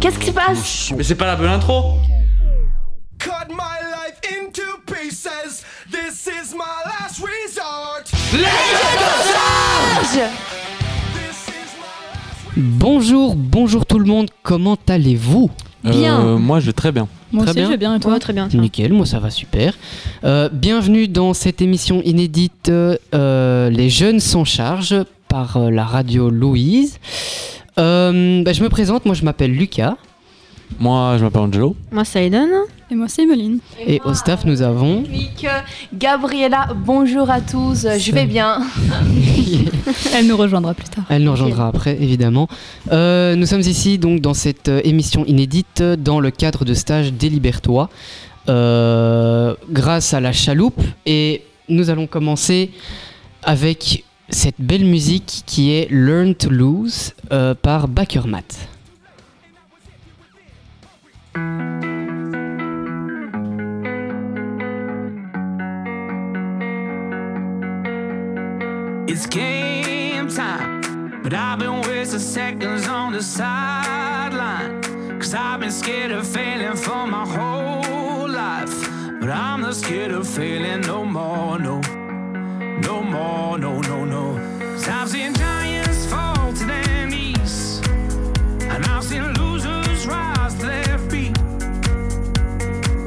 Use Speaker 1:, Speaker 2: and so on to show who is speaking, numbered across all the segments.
Speaker 1: Qu'est-ce qui se passe
Speaker 2: Mais c'est pas la bonne intro
Speaker 3: Cut my life into pieces. This is my last resort.
Speaker 1: Serge
Speaker 3: This is my last resort.
Speaker 4: Bonjour, bonjour tout le monde, comment allez-vous
Speaker 1: Bien.
Speaker 2: Euh, Moi je vais très bien.
Speaker 5: Moi
Speaker 4: Très
Speaker 5: aussi,
Speaker 4: bien.
Speaker 5: je vais bien et toi
Speaker 1: Ouais, très bien. tiens.
Speaker 4: Nickel, moi ça va super. Euh, bienvenue dans cette émission inédite euh, euh, Les jeunes s'en chargent par euh, la radio Louise. Euh, bah, je me présente, moi je m'appelle Lucas
Speaker 2: Moi je m'appelle Angelo.
Speaker 1: Moi, ça Eden.
Speaker 5: Et moi, c'est Emeline.
Speaker 4: et au staff nous avons...
Speaker 1: Puis que Gabriella, bonjour à tous, je vais bien.
Speaker 5: Elle nous rejoindra plus tard.
Speaker 4: Ah, Elle nous rejoindra après, évidemment. Euh, nous sommes ici donc dans cette euh, émission inédite euh, dans le cadre de stage des Libertois, euh, grâce à la chaloupe. Et nous allons commencer avec cette belle musique qui est Learn to Lose euh, par Bakermat.
Speaker 6: It's game time, but I've been wasting seconds on the sideline. Cause I've been scared of failing for my whole life. But I'm not scared of failing no more, no. No more, no, no, no. i I've seen giants fall to their knees. And I've seen losers rise to their feet.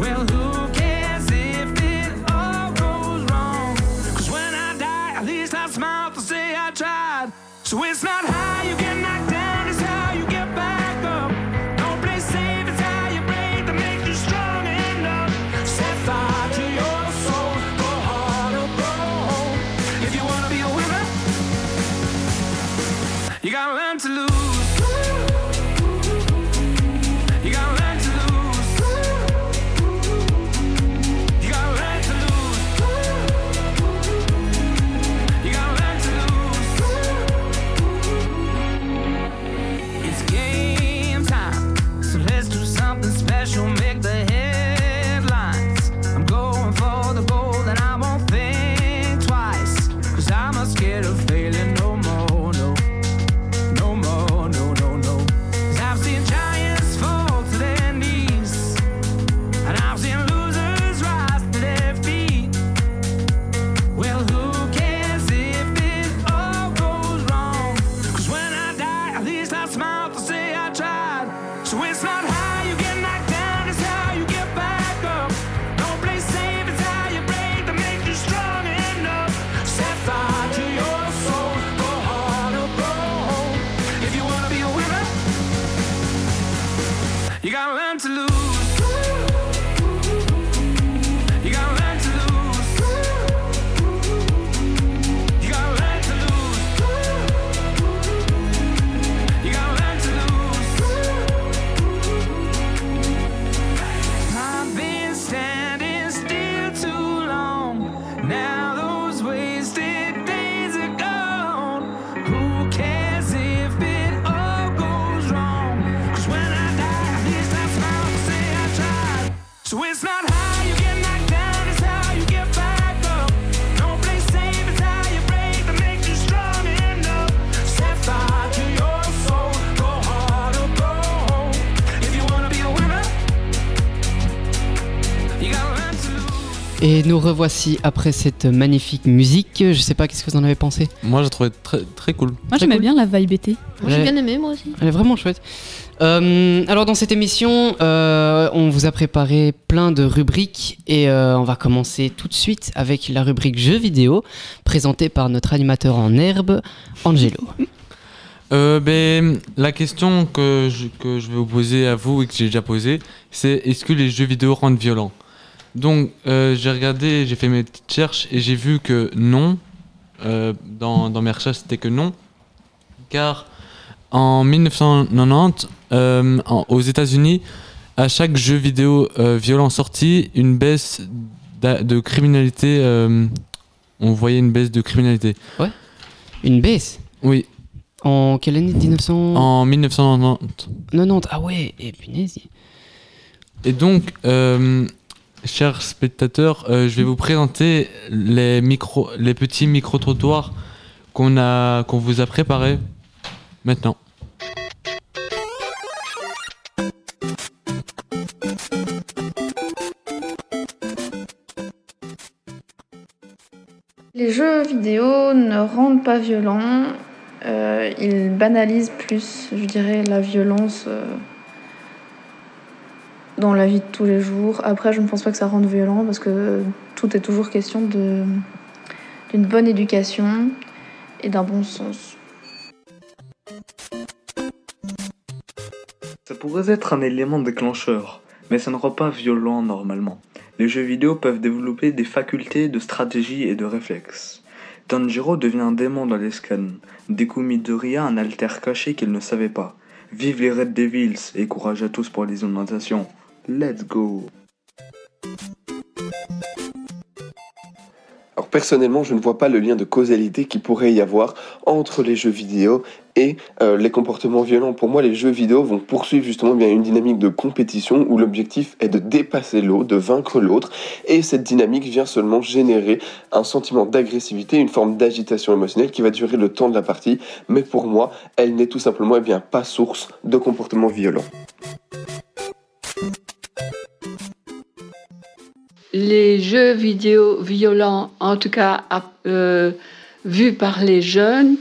Speaker 6: Well, who cares if it all goes wrong? 'Cause when I die, at least I smile to say I tried. So it's not how you get knocked down, it's how you get back up. Don't play safe, it's how you break that makes you strong enough. Set fire to your soul, go hard or go home. If you wanna be a winner, you gotta learn to lose. You gotta learn to lose. You gotta learn to lose. You gotta learn to lose. It's game time, so let's do something special. Make the headlines. I'm going for the gold, and I won't think twice. Cause I'm not scared of failing no more, no. No more, no, no, no. i I've seen giants fall to their knees, and I've seen losers rise to their feet. Well, who cares if it all goes wrong? 'Cause when I die, at least I smile to say I tried. So it's not how you get knocked down, it's how you get back up. Don't play safe, it's how you break to make you strong enough. Set fire to your soul, go hard or go home. If you wanna be a winner, you gotta learn to lose. You gotta learn to lose. You gotta learn to lose. You gotta learn to lose. I've been standing still too long. Now those wasted days are gone. Who cares if it all goes wrong? 'Cause when I die, at least I smile and say I tried. So it's not how you get knocked down, it's how you get back up. Don't play safe, it's how you break that makes you strong enough. Set fire to your soul, go hard or go home. If you wanna be a winner, you gotta learn to lose.
Speaker 4: Et nous revoici après cette magnifique musique. Je sais pas qu'est-ce que vous en avez pensé.
Speaker 2: Moi j'ai trouvé très, très cool.
Speaker 5: Moi, j'aimais bien la vibe été.
Speaker 1: Moi, j'ai bien aimé, moi aussi.
Speaker 4: Elle est vraiment chouette. Euh, alors dans cette émission, euh, on vous a préparé plein de rubriques et euh, on va commencer tout de suite avec la rubrique jeux vidéo présentée par notre animateur en herbe, Angelo.
Speaker 2: Euh, ben, la question que je, que je vais vous poser à vous et que j'ai déjà posée, c'est est-ce que les jeux vidéo rendent violents Donc euh, j'ai regardé, j'ai fait mes petites recherches et j'ai vu que non. Euh, dans, dans mes recherches, c'était que non. Car en 1990, euh, en- aux États-Unis, à chaque jeu vidéo euh, violent sorti, une baisse d'a- de criminalité. euh, on voyait une baisse de criminalité.
Speaker 4: Une baisse
Speaker 2: Oui,
Speaker 4: en quelle année 1990
Speaker 2: en 1990.
Speaker 4: Ah ouais, et punaise.
Speaker 2: Et donc, euh, chers spectateurs, euh, je vais vous présenter les, micro, les petits micro-trottoirs qu'on a- qu'on vous a préparés maintenant.
Speaker 7: Les jeux vidéo ne rendent pas violents, euh, ils banalisent plus, je dirais, la violence euh, dans la vie de tous les jours. Après, je ne pense pas que ça rende violent parce que tout est toujours question de- d'une bonne éducation et d'un bon sens.
Speaker 8: Ça pourrait être un élément déclencheur, mais ça ne rend pas violent normalement. Les jeux vidéo peuvent développer des facultés de stratégie et de réflexe. Tanjiro devient un démon dans les scans, découvre Midoriya un alter caché qu'il ne savait pas. Vive les Red Devils et courage à tous pour les inondations. Let's go
Speaker 9: Alors personnellement, je ne vois pas le lien de causalité qui pourrait y avoir entre les jeux vidéo et euh, les comportements violents. Pour moi, les jeux vidéo vont poursuivre justement eh bien une dynamique de compétition où l'objectif est de dépasser l'autre, de vaincre l'autre, et cette dynamique vient seulement générer un sentiment d'agressivité, une forme d'agitation émotionnelle qui va durer le temps de la partie. Mais pour moi, elle n'est tout simplement eh bien pas source de comportements violents.
Speaker 10: les jeux vidéo violents, en tout cas à- euh, vus par les jeunes,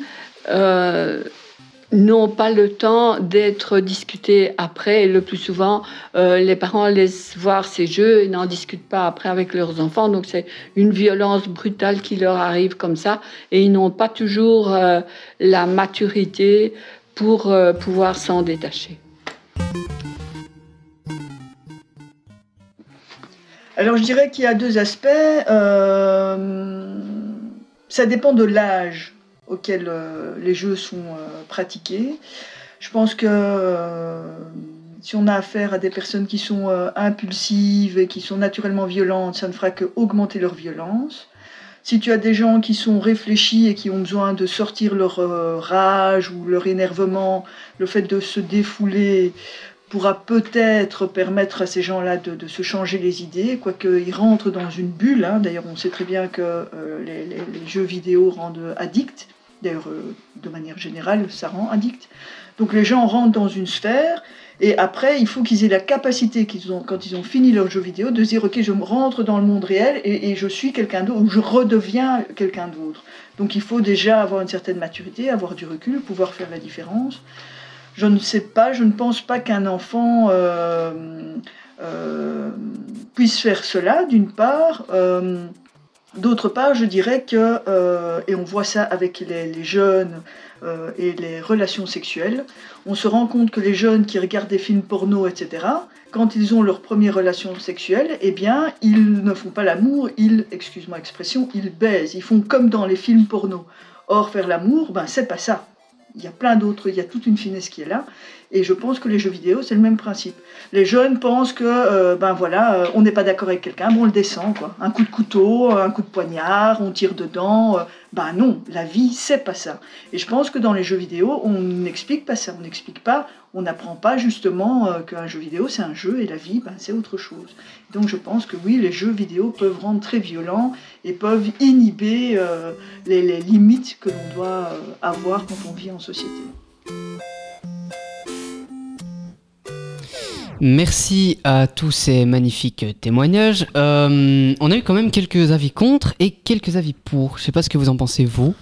Speaker 10: euh, n'ont pas le temps d'être discutés après. Et le plus souvent, euh, les parents laissent voir ces jeux et n'en discutent pas après avec leurs enfants. Donc c'est une violence brutale qui leur arrive comme ça. Et ils n'ont pas toujours euh, la maturité pour euh, pouvoir s'en détacher.
Speaker 11: Alors je dirais qu'il y a deux aspects. Euh, ça dépend de l'âge auquel euh, les jeux sont euh, pratiqués. Je pense que euh, si on a affaire à des personnes qui sont euh, impulsives et qui sont naturellement violentes, ça ne fera qu'augmenter leur violence. Si tu as des gens qui sont réfléchis et qui ont besoin de sortir leur euh, rage ou leur énervement, le fait de se défouler pourra peut-être permettre à ces gens-là de, de se changer les idées, quoique ils rentrent dans une bulle. hein. D'ailleurs, on sait très bien que euh, les, les- les jeux vidéo rendent addicts. D'ailleurs, euh, de manière générale, ça rend addict. Donc les gens rentrent dans une sphère, et après, il faut qu'ils aient la capacité, qu'ils ont, quand ils ont fini leur jeu vidéo, de se dire, OK, je me rentre dans le monde réel et, et je suis quelqu'un d'autre, ou je redeviens quelqu'un d'autre. Donc il faut déjà avoir une certaine maturité, avoir du recul, pouvoir faire la différence. Je ne sais pas, je ne pense pas qu'un enfant euh, euh, puisse faire cela, d'une part. Euh, D'autre part, je dirais que, euh, et on voit ça avec les, les jeunes euh, et les relations sexuelles, on se rend compte que les jeunes qui regardent des films porno, etc., quand ils ont leur première relation sexuelle, eh bien, ils ne font pas l'amour, ils, excuse-moi l'expression, ils baisent, ils font comme dans les films porno. Or, faire l'amour, ben, c'est pas ça. Il y a plein d'autres, il y a toute une finesse qui est là. Et je pense que les jeux vidéo, c'est le même principe. Les jeunes pensent que, euh, ben voilà, euh, on n'est pas d'accord avec quelqu'un, bon, on le descend, quoi. Un coup de couteau, euh, un coup de poignard, on tire dedans. euh, ben non, la vie, c'est pas ça. Et je pense que dans les jeux vidéo, on n'explique pas ça. On n'explique pas, on n'apprend pas justement euh, qu'un jeu vidéo, c'est un jeu et la vie, ben, c'est autre chose. Donc je pense que oui, les jeux vidéo peuvent rendre très violents et peuvent inhiber euh, les, les limites que l'on doit euh, avoir quand on vit en société.
Speaker 4: Merci à tous ces magnifiques témoignages. Euh, on a eu quand même quelques avis contre et quelques avis pour. Je sais pas ce que vous en pensez vous.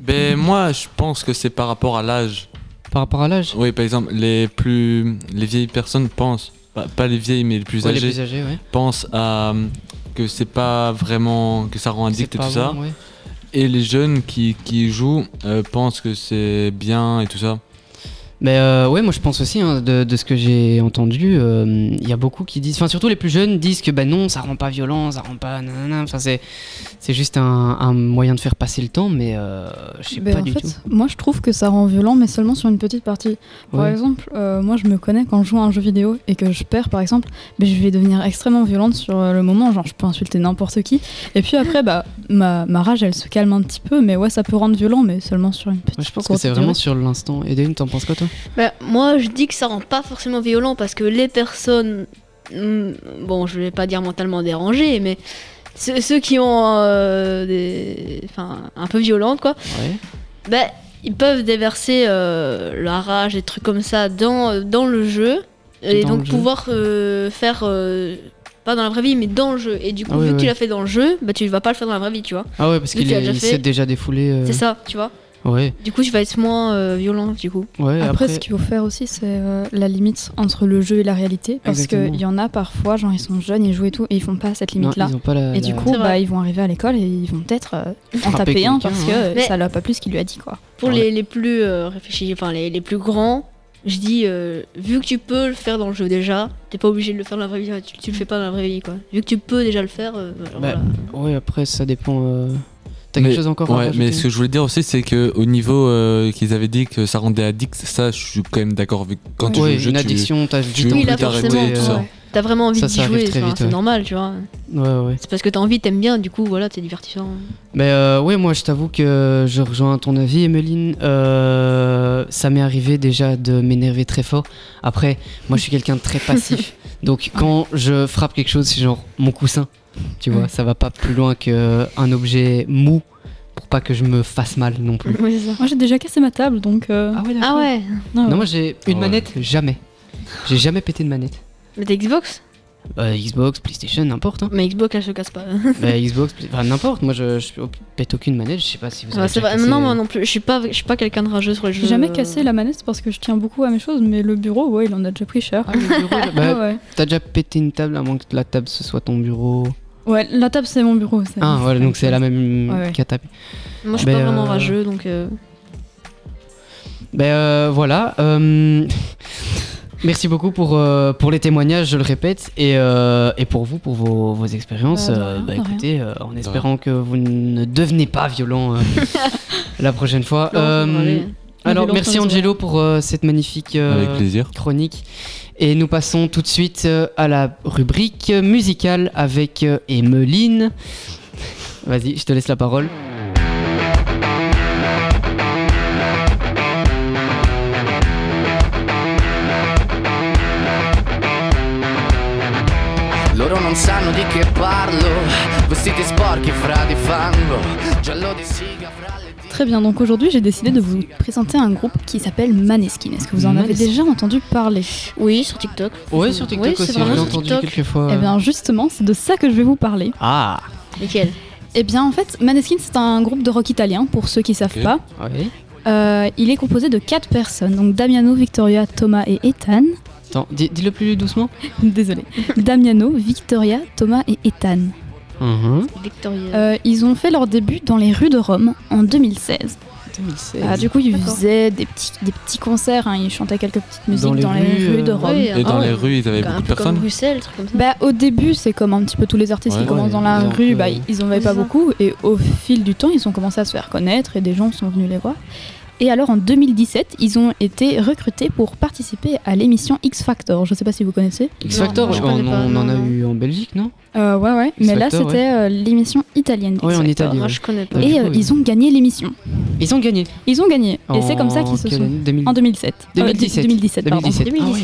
Speaker 2: Ben moi, je pense que c'est par rapport à l'âge.
Speaker 4: Par rapport à l'âge
Speaker 2: Oui, par exemple, les plus les vieilles personnes pensent, pas, pas les vieilles mais les plus
Speaker 4: Ouais, les
Speaker 2: âgées,
Speaker 4: plus âgés, ouais.
Speaker 2: pensent à euh, que c'est pas vraiment que ça rend addict et tout
Speaker 4: pas
Speaker 2: ça.
Speaker 4: bon, ouais.
Speaker 2: Et les jeunes qui, qui jouent euh, pensent que c'est bien et tout ça.
Speaker 4: Mais euh, ouais, moi je pense aussi hein, de, de ce que j'ai entendu. euh, Il y a beaucoup qui disent, enfin surtout les plus jeunes disent que bah non, ça rend pas violent, ça rend pas nanana. Enfin c'est c'est juste un, un moyen de faire passer le temps, mais euh, je sais
Speaker 5: Ben,
Speaker 4: pas
Speaker 5: en
Speaker 4: du
Speaker 5: fait,
Speaker 4: tout.
Speaker 5: moi je trouve que ça rend violent, mais seulement sur une petite partie. Par
Speaker 4: Ouais.
Speaker 5: exemple, euh, moi je me connais quand je joue à un jeu vidéo et que je perds, par exemple, ben, je vais devenir extrêmement violente sur euh, le moment. Genre, je peux insulter n'importe qui. Et puis après, bah, ma, ma rage elle se calme un petit peu, mais ouais, ça peut rendre violent, mais seulement sur une petite
Speaker 4: Moi, je pense que
Speaker 5: courte
Speaker 4: c'est
Speaker 5: durée.
Speaker 4: vraiment sur l'instant. Eden, t'en penses quoi toi
Speaker 12: Bah, moi, je dis que ça rend pas forcément violent parce que les personnes. hmm, Bon, je vais pas dire mentalement dérangées, mais ceux, ceux qui ont. euh, des. Enfin, un peu violentes, quoi.
Speaker 4: Ouais.
Speaker 12: Bah, ils peuvent déverser euh, la rage, des trucs comme ça dans, dans le jeu. Et
Speaker 5: Dans
Speaker 12: donc
Speaker 5: le jeu.
Speaker 12: pouvoir euh, faire. euh, pas dans la vraie vie, mais dans le jeu. Et du coup,
Speaker 4: Ah
Speaker 12: vu
Speaker 4: ouais,
Speaker 12: que tu
Speaker 4: ouais.
Speaker 12: l'as fait dans le jeu, bah tu vas pas le faire dans la vraie vie, tu vois.
Speaker 4: Ah ouais, parce
Speaker 12: Vu que
Speaker 4: qu'il
Speaker 12: tu l'as
Speaker 4: est- il
Speaker 12: fait,
Speaker 4: s'est déjà défoulé. euh,
Speaker 12: C'est ça, tu vois.
Speaker 4: Ouais.
Speaker 12: Du coup, tu vas être moins euh, violent, du coup.
Speaker 4: Ouais,
Speaker 5: Après,
Speaker 4: après,
Speaker 5: ce qu'il faut faire aussi, c'est euh, la limite entre le jeu et la réalité. Parce
Speaker 4: Exactement.
Speaker 5: qu'il y en a parfois, genre, ils sont jeunes, ils jouent et tout, et ils font pas cette limite-là.
Speaker 4: Non, ils ont pas la-
Speaker 5: et
Speaker 4: la-
Speaker 5: du coup,
Speaker 4: C'est vrai.
Speaker 5: bah, ils vont arriver à l'école et ils vont peut-être euh, en
Speaker 4: Frapper
Speaker 5: taper un
Speaker 4: quelqu'un,
Speaker 5: parce que
Speaker 4: hein.
Speaker 5: euh,
Speaker 12: Mais-
Speaker 5: ça l'a pas plus qu'il lui a dit, quoi.
Speaker 12: Pour les, les plus euh, réfléchis, enfin les, les plus grands, je dis, euh, vu que tu peux le faire dans le jeu déjà, t'es pas obligé de le faire dans la vraie vie, tu, tu le fais pas dans la vraie vie, quoi. Vu que tu peux déjà le faire, euh, bah,
Speaker 4: bah,
Speaker 12: voilà.
Speaker 4: ouais, après, ça dépend. euh, T'as quelque
Speaker 2: Mais-
Speaker 4: chose encore à
Speaker 2: Ouais, mais
Speaker 4: rajouter
Speaker 2: ce que je voulais dire aussi, c'est que au niveau euh, qu'ils avaient dit que ça rendait addict, ça, je suis quand même d'accord. vu que Quand tu
Speaker 4: Ouais,
Speaker 2: joues au jeu,
Speaker 4: une
Speaker 2: tu-
Speaker 4: addiction, t'as
Speaker 2: tu
Speaker 4: vite
Speaker 2: veux
Speaker 4: envie
Speaker 2: plus
Speaker 4: de
Speaker 2: t'arrêter, tout ça.
Speaker 12: T'as vraiment envie
Speaker 4: Ça,
Speaker 12: d'y
Speaker 4: ça arrive
Speaker 12: jouer,
Speaker 4: très
Speaker 12: enfin,
Speaker 4: vite,
Speaker 12: c'est
Speaker 4: ouais.
Speaker 12: normal, tu vois.
Speaker 4: Ouais, ouais.
Speaker 12: C'est parce que t'as envie, t'aimes bien, du coup, voilà, c'est divertissant.
Speaker 4: Mais euh, ouais, moi je t'avoue que je rejoins ton avis, Emeline. Euh, ça m'est arrivé déjà de m'énerver très fort. Après, moi je suis quelqu'un de très passif. donc quand je frappe quelque chose, c'est genre mon coussin. Tu vois,
Speaker 5: Ouais.
Speaker 4: ça va pas plus loin qu'un objet mou pour pas que je me fasse mal non plus.
Speaker 5: Moi, j'ai déjà cassé ma table, donc. Ah
Speaker 4: ouais,
Speaker 12: Ah ouais
Speaker 4: Non, moi j'ai une
Speaker 12: Ouais.
Speaker 4: manette, jamais. J'ai jamais pété de manette.
Speaker 12: Mais t'es Xbox
Speaker 4: Euh, Xbox, PlayStation, n'importe. hein.
Speaker 12: Mais Xbox, elle se casse pas.
Speaker 4: Bah, Xbox, Play- enfin, n'importe. Moi je, je pète aucune manette, je sais pas si vous
Speaker 12: Ouais,
Speaker 4: avez
Speaker 12: Ah, c'est
Speaker 4: déjà
Speaker 12: vrai.
Speaker 4: cassé-
Speaker 12: Non, moi non plus, je suis pas, je suis pas quelqu'un de rageux sur les jeux.
Speaker 5: J'ai
Speaker 4: euh,
Speaker 5: jamais cassé la manette parce que je tiens beaucoup à mes choses, mais le bureau, ouais, il en a déjà pris cher.
Speaker 4: Bah,
Speaker 5: Ouais, Ah ouais.
Speaker 4: T'as déjà pété une table à moins que la table ce soit ton bureau.
Speaker 5: Ouais, la table, c'est mon bureau. c'est-
Speaker 4: Ah voilà, donc c'est la même
Speaker 5: Ouais, ouais.
Speaker 4: qu'à taper.
Speaker 12: Moi, je suis pas
Speaker 4: Ben,
Speaker 12: vraiment
Speaker 4: euh,
Speaker 12: rageux, donc. euh,
Speaker 4: Ben euh, voilà. euh, Merci beaucoup pour, euh, pour les témoignages, je le répète, et, euh, et pour vous, pour vos, vos expériences.
Speaker 2: Bah, de
Speaker 4: Euh, bah,
Speaker 2: rien, de rien.
Speaker 4: écoutez, euh, en espérant que vous ne devenez pas violent euh, la prochaine fois.
Speaker 2: Florence,
Speaker 4: Euh,
Speaker 2: on va aller. La
Speaker 4: alors,
Speaker 2: violence
Speaker 4: merci
Speaker 2: dans les
Speaker 4: Angelo pour euh, cette magnifique euh,
Speaker 2: Avec plaisir.
Speaker 4: chronique. Et nous passons tout de suite euh, à la rubrique musicale avec euh, Emeline. Vas-y, je te laisse la parole.
Speaker 13: Loro non sanno di che parlo, vestiti sporchi fra di fango, giallo di siga fra le...
Speaker 5: Très bien, donc aujourd'hui j'ai décidé de vous présenter un groupe qui s'appelle Maneskin. Est-ce que vous en
Speaker 4: Maneskin.
Speaker 5: avez déjà entendu parler
Speaker 12: Oui, sur TikTok.
Speaker 4: Ouais, sur TikTok
Speaker 5: Oui, c'est
Speaker 4: aussi, je
Speaker 5: vraiment
Speaker 4: l'ai
Speaker 5: sur
Speaker 4: entendu
Speaker 5: TikTok.
Speaker 4: quelques fois.
Speaker 5: Eh bien justement, c'est de ça que je vais vous parler.
Speaker 4: Ah
Speaker 12: Lesquels
Speaker 5: Eh bien en fait, Maneskin c'est un groupe de rock italien, pour ceux qui savent pas.
Speaker 4: Ouais.
Speaker 5: Euh, il est composé de quatre personnes, donc Damiano, Victoria, Thomas et Ethan.
Speaker 4: Attends, dis- dis-le plus doucement.
Speaker 5: Désolé. Damiano, Victoria, Thomas et Ethan.
Speaker 12: Victoria.
Speaker 5: Euh, ils ont fait leur début dans les rues de Rome en 2016.
Speaker 4: 2016.
Speaker 5: Ah, du coup, ils
Speaker 12: D'accord.
Speaker 5: faisaient des petits, des petits concerts, hein, ils chantaient quelques petites musiques dans les, rues, de Rome.
Speaker 12: Oui,
Speaker 2: Et dans
Speaker 12: ah
Speaker 2: les
Speaker 12: ouais.
Speaker 2: rues, ils avaient
Speaker 12: Un
Speaker 2: beaucoup de
Speaker 12: peu comme
Speaker 2: personnes.
Speaker 12: Bruxelles, un truc comme ça.
Speaker 5: Bah, au début, c'est comme un petit peu tous les artistes
Speaker 2: Ouais.
Speaker 5: qui commencent dans
Speaker 2: Ouais,
Speaker 5: la
Speaker 2: ils ont un
Speaker 5: rue,
Speaker 2: peu-
Speaker 12: euh,
Speaker 5: bah, ils en avaient pas
Speaker 12: C'est ça.
Speaker 5: beaucoup. Et au fil du temps, ils ont commencé à se faire connaître et des gens sont venus les voir. Et alors en 2017, ils ont été recrutés pour participer à l'émission X Factor. Je sais pas si vous connaissez.
Speaker 4: X Factor, je- on, on en a eu en Belgique, non
Speaker 5: Euh, ouais, ouais.
Speaker 4: X
Speaker 5: Mais là,
Speaker 4: Factor,
Speaker 5: c'était
Speaker 4: ouais.
Speaker 5: euh, l'émission italienne. d'X
Speaker 4: Ouais, en
Speaker 5: Factor.
Speaker 4: Italie, Moi, ouais. je connais pas. Ah, du
Speaker 5: Et
Speaker 4: coup,
Speaker 5: euh,
Speaker 4: oui.
Speaker 5: ils ont gagné l'émission.
Speaker 4: Ils ont gagné.
Speaker 5: Ils ont gagné. Et
Speaker 4: En
Speaker 5: c'est comme ça qu'ils se
Speaker 4: quelle
Speaker 5: sont.
Speaker 4: année 2000
Speaker 5: En 2007. Euh,
Speaker 4: 2017.
Speaker 5: 2017, pardon.
Speaker 4: 2017. Ah ouais.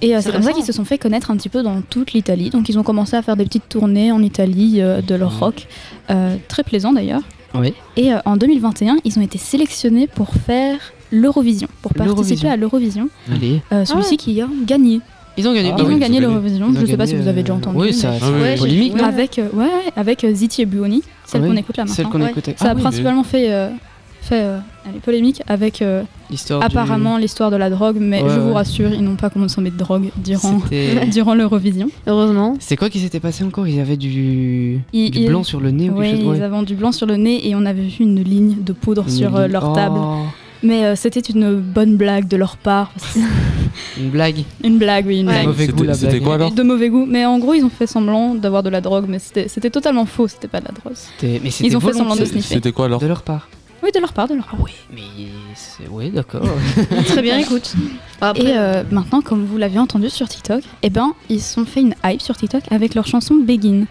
Speaker 5: Et euh,
Speaker 12: C'est
Speaker 5: c'est comme ça
Speaker 12: récent.
Speaker 5: qu'ils se sont fait connaître un petit peu dans toute l'Italie. Donc ils ont commencé à faire des petites tournées en Italie euh, de
Speaker 4: Ah.
Speaker 5: leur rock. Euh, très plaisant d'ailleurs.
Speaker 4: Oui.
Speaker 5: Et euh, en 2021, ils ont été sélectionnés pour faire l'Eurovision, pour participer
Speaker 4: L'Eurovision.
Speaker 5: à l'Eurovision.
Speaker 4: Allez.
Speaker 5: Euh, Celui-ci qui a gagné.
Speaker 4: Ils ont gagné.
Speaker 5: Ils ont gagné l'Eurovision. Je ne sais pas si vous avez déjà entendu.
Speaker 4: euh, Oui, ça
Speaker 5: mais-
Speaker 4: ça a fait polémique. non
Speaker 5: Avec, euh, ouais, avec euh, Ziti et Buoni, celle
Speaker 4: Ah oui,
Speaker 5: qu'on écoute là maintenant.
Speaker 4: celle qu'on
Speaker 5: Ouais.
Speaker 4: écoutait.
Speaker 5: Ça
Speaker 4: Ah
Speaker 5: a
Speaker 4: oui.
Speaker 5: principalement fait, euh, fait euh, allez, polémique avec euh,
Speaker 4: L'histoire du-
Speaker 5: apparemment l'histoire de la drogue, mais
Speaker 4: Ouais,
Speaker 5: je vous
Speaker 4: ouais.
Speaker 5: rassure, ils n'ont pas consommé de drogue durant,
Speaker 4: C'était-
Speaker 5: durant l'Eurovision.
Speaker 12: Heureusement.
Speaker 4: C'est quoi qui s'était passé encore Ils avaient du,
Speaker 5: Ils-
Speaker 4: du
Speaker 5: ils-
Speaker 4: blanc sur le nez ou quelque
Speaker 5: Ouais,
Speaker 4: chose ouais.
Speaker 5: Ils avaient du blanc sur le nez et on avait vu une ligne de poudre
Speaker 4: Une
Speaker 5: sur euh,
Speaker 4: ligne-
Speaker 5: leur
Speaker 4: Oh.
Speaker 5: table. Mais euh, c'était une bonne blague de leur part. parce que-
Speaker 4: Une blague.
Speaker 5: une blague, oui, une
Speaker 4: Ouais.
Speaker 5: blague.
Speaker 4: Mauvais C'était- goût, la c'était blague. quoi, alors
Speaker 5: De mauvais goût. Mais en gros, ils ont fait semblant d'avoir de la drogue, mais c'était c'était totalement faux, c'était pas de la drogue.
Speaker 4: C'était- Mais c'était
Speaker 5: ils ont fait semblant de
Speaker 4: volontiers. Ah
Speaker 5: sniffer.
Speaker 2: quoi alors
Speaker 4: De leur part.
Speaker 5: Oui, de leur part, de leur part.
Speaker 4: Mais c'est- ouais, d'accord.
Speaker 12: Très bien, écoute.
Speaker 5: Et euh, maintenant, comme vous l'avez entendu sur TikTok, eh ben, ils se sont fait une hype sur TikTok avec leur chanson Begin.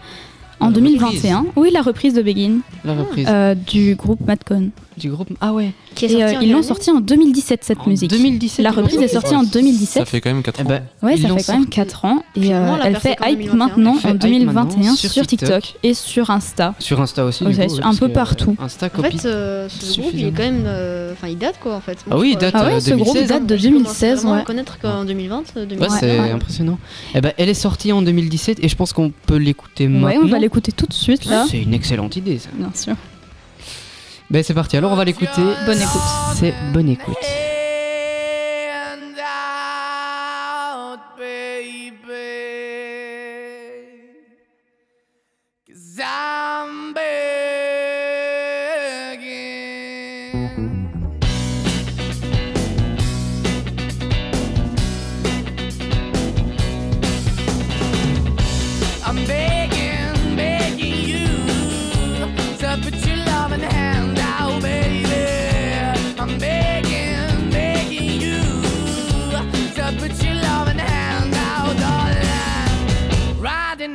Speaker 5: en
Speaker 4: La
Speaker 5: 2021. Oui, la reprise de Begin.
Speaker 4: La reprise.
Speaker 5: Euh, du groupe Madcon.
Speaker 4: Du groupe. Ah ouais.
Speaker 12: Qui est
Speaker 5: Et,
Speaker 12: sorti
Speaker 5: euh,
Speaker 12: en
Speaker 5: ils
Speaker 12: quelle
Speaker 5: l'ont
Speaker 12: année
Speaker 5: sorti en 2017 cette musique.
Speaker 4: 2017.
Speaker 5: La reprise est sortie en 2017.
Speaker 2: Ça fait quand même
Speaker 4: Eh
Speaker 2: 4 ans.
Speaker 5: Ouais,
Speaker 4: Ils
Speaker 5: ça
Speaker 4: l'ont
Speaker 5: fait quand même 4 ans. Et euh,
Speaker 12: on l'a
Speaker 5: elle
Speaker 12: percée
Speaker 5: fait
Speaker 12: qu'en
Speaker 5: hype
Speaker 12: 2021.
Speaker 5: maintenant
Speaker 4: Elle fait
Speaker 5: en
Speaker 4: hype
Speaker 5: 2021
Speaker 4: maintenant
Speaker 5: sur TikTok et sur Insta.
Speaker 4: Sur Insta aussi.
Speaker 5: Ouais,
Speaker 4: du coup,
Speaker 5: sur-
Speaker 4: ouais,
Speaker 5: un
Speaker 4: parce
Speaker 5: peu
Speaker 4: que, euh,
Speaker 5: partout.
Speaker 4: Insta
Speaker 12: En
Speaker 4: copie.
Speaker 12: fait, euh, ce groupe, il est
Speaker 4: suffisamment.
Speaker 12: quand même. euh, Enfin, il date quoi en fait.
Speaker 4: Ah oui, il date,
Speaker 5: Ah ouais, euh, ce groupe 2016, date de
Speaker 12: Je commence
Speaker 5: 2016,
Speaker 12: vraiment à
Speaker 5: ouais.
Speaker 12: le connaître qu'en 2020, euh, 2020.
Speaker 4: Ouais, c'est impressionnant. Eh ben, elle est sortie en 2017 et je pense qu'on peut l'écouter
Speaker 5: Ouais,
Speaker 4: maintenant.
Speaker 5: on va l'écouter tout de suite là.
Speaker 4: C'est une excellente idée ça.
Speaker 5: Bien sûr.
Speaker 4: Ben c'est parti, alors on va l'écouter.
Speaker 5: Bonne écoute.
Speaker 4: C'est bonne écoute.
Speaker 14: Cause I'm begging. I'm begging, begging you to put your loving hand out, baby. I'm begging, begging you to put your loving hand out, darling. Riding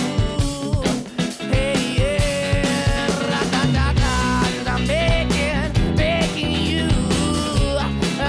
Speaker 14: Hey, yeah, ra-da-da-da, cause I'm begging, begging you.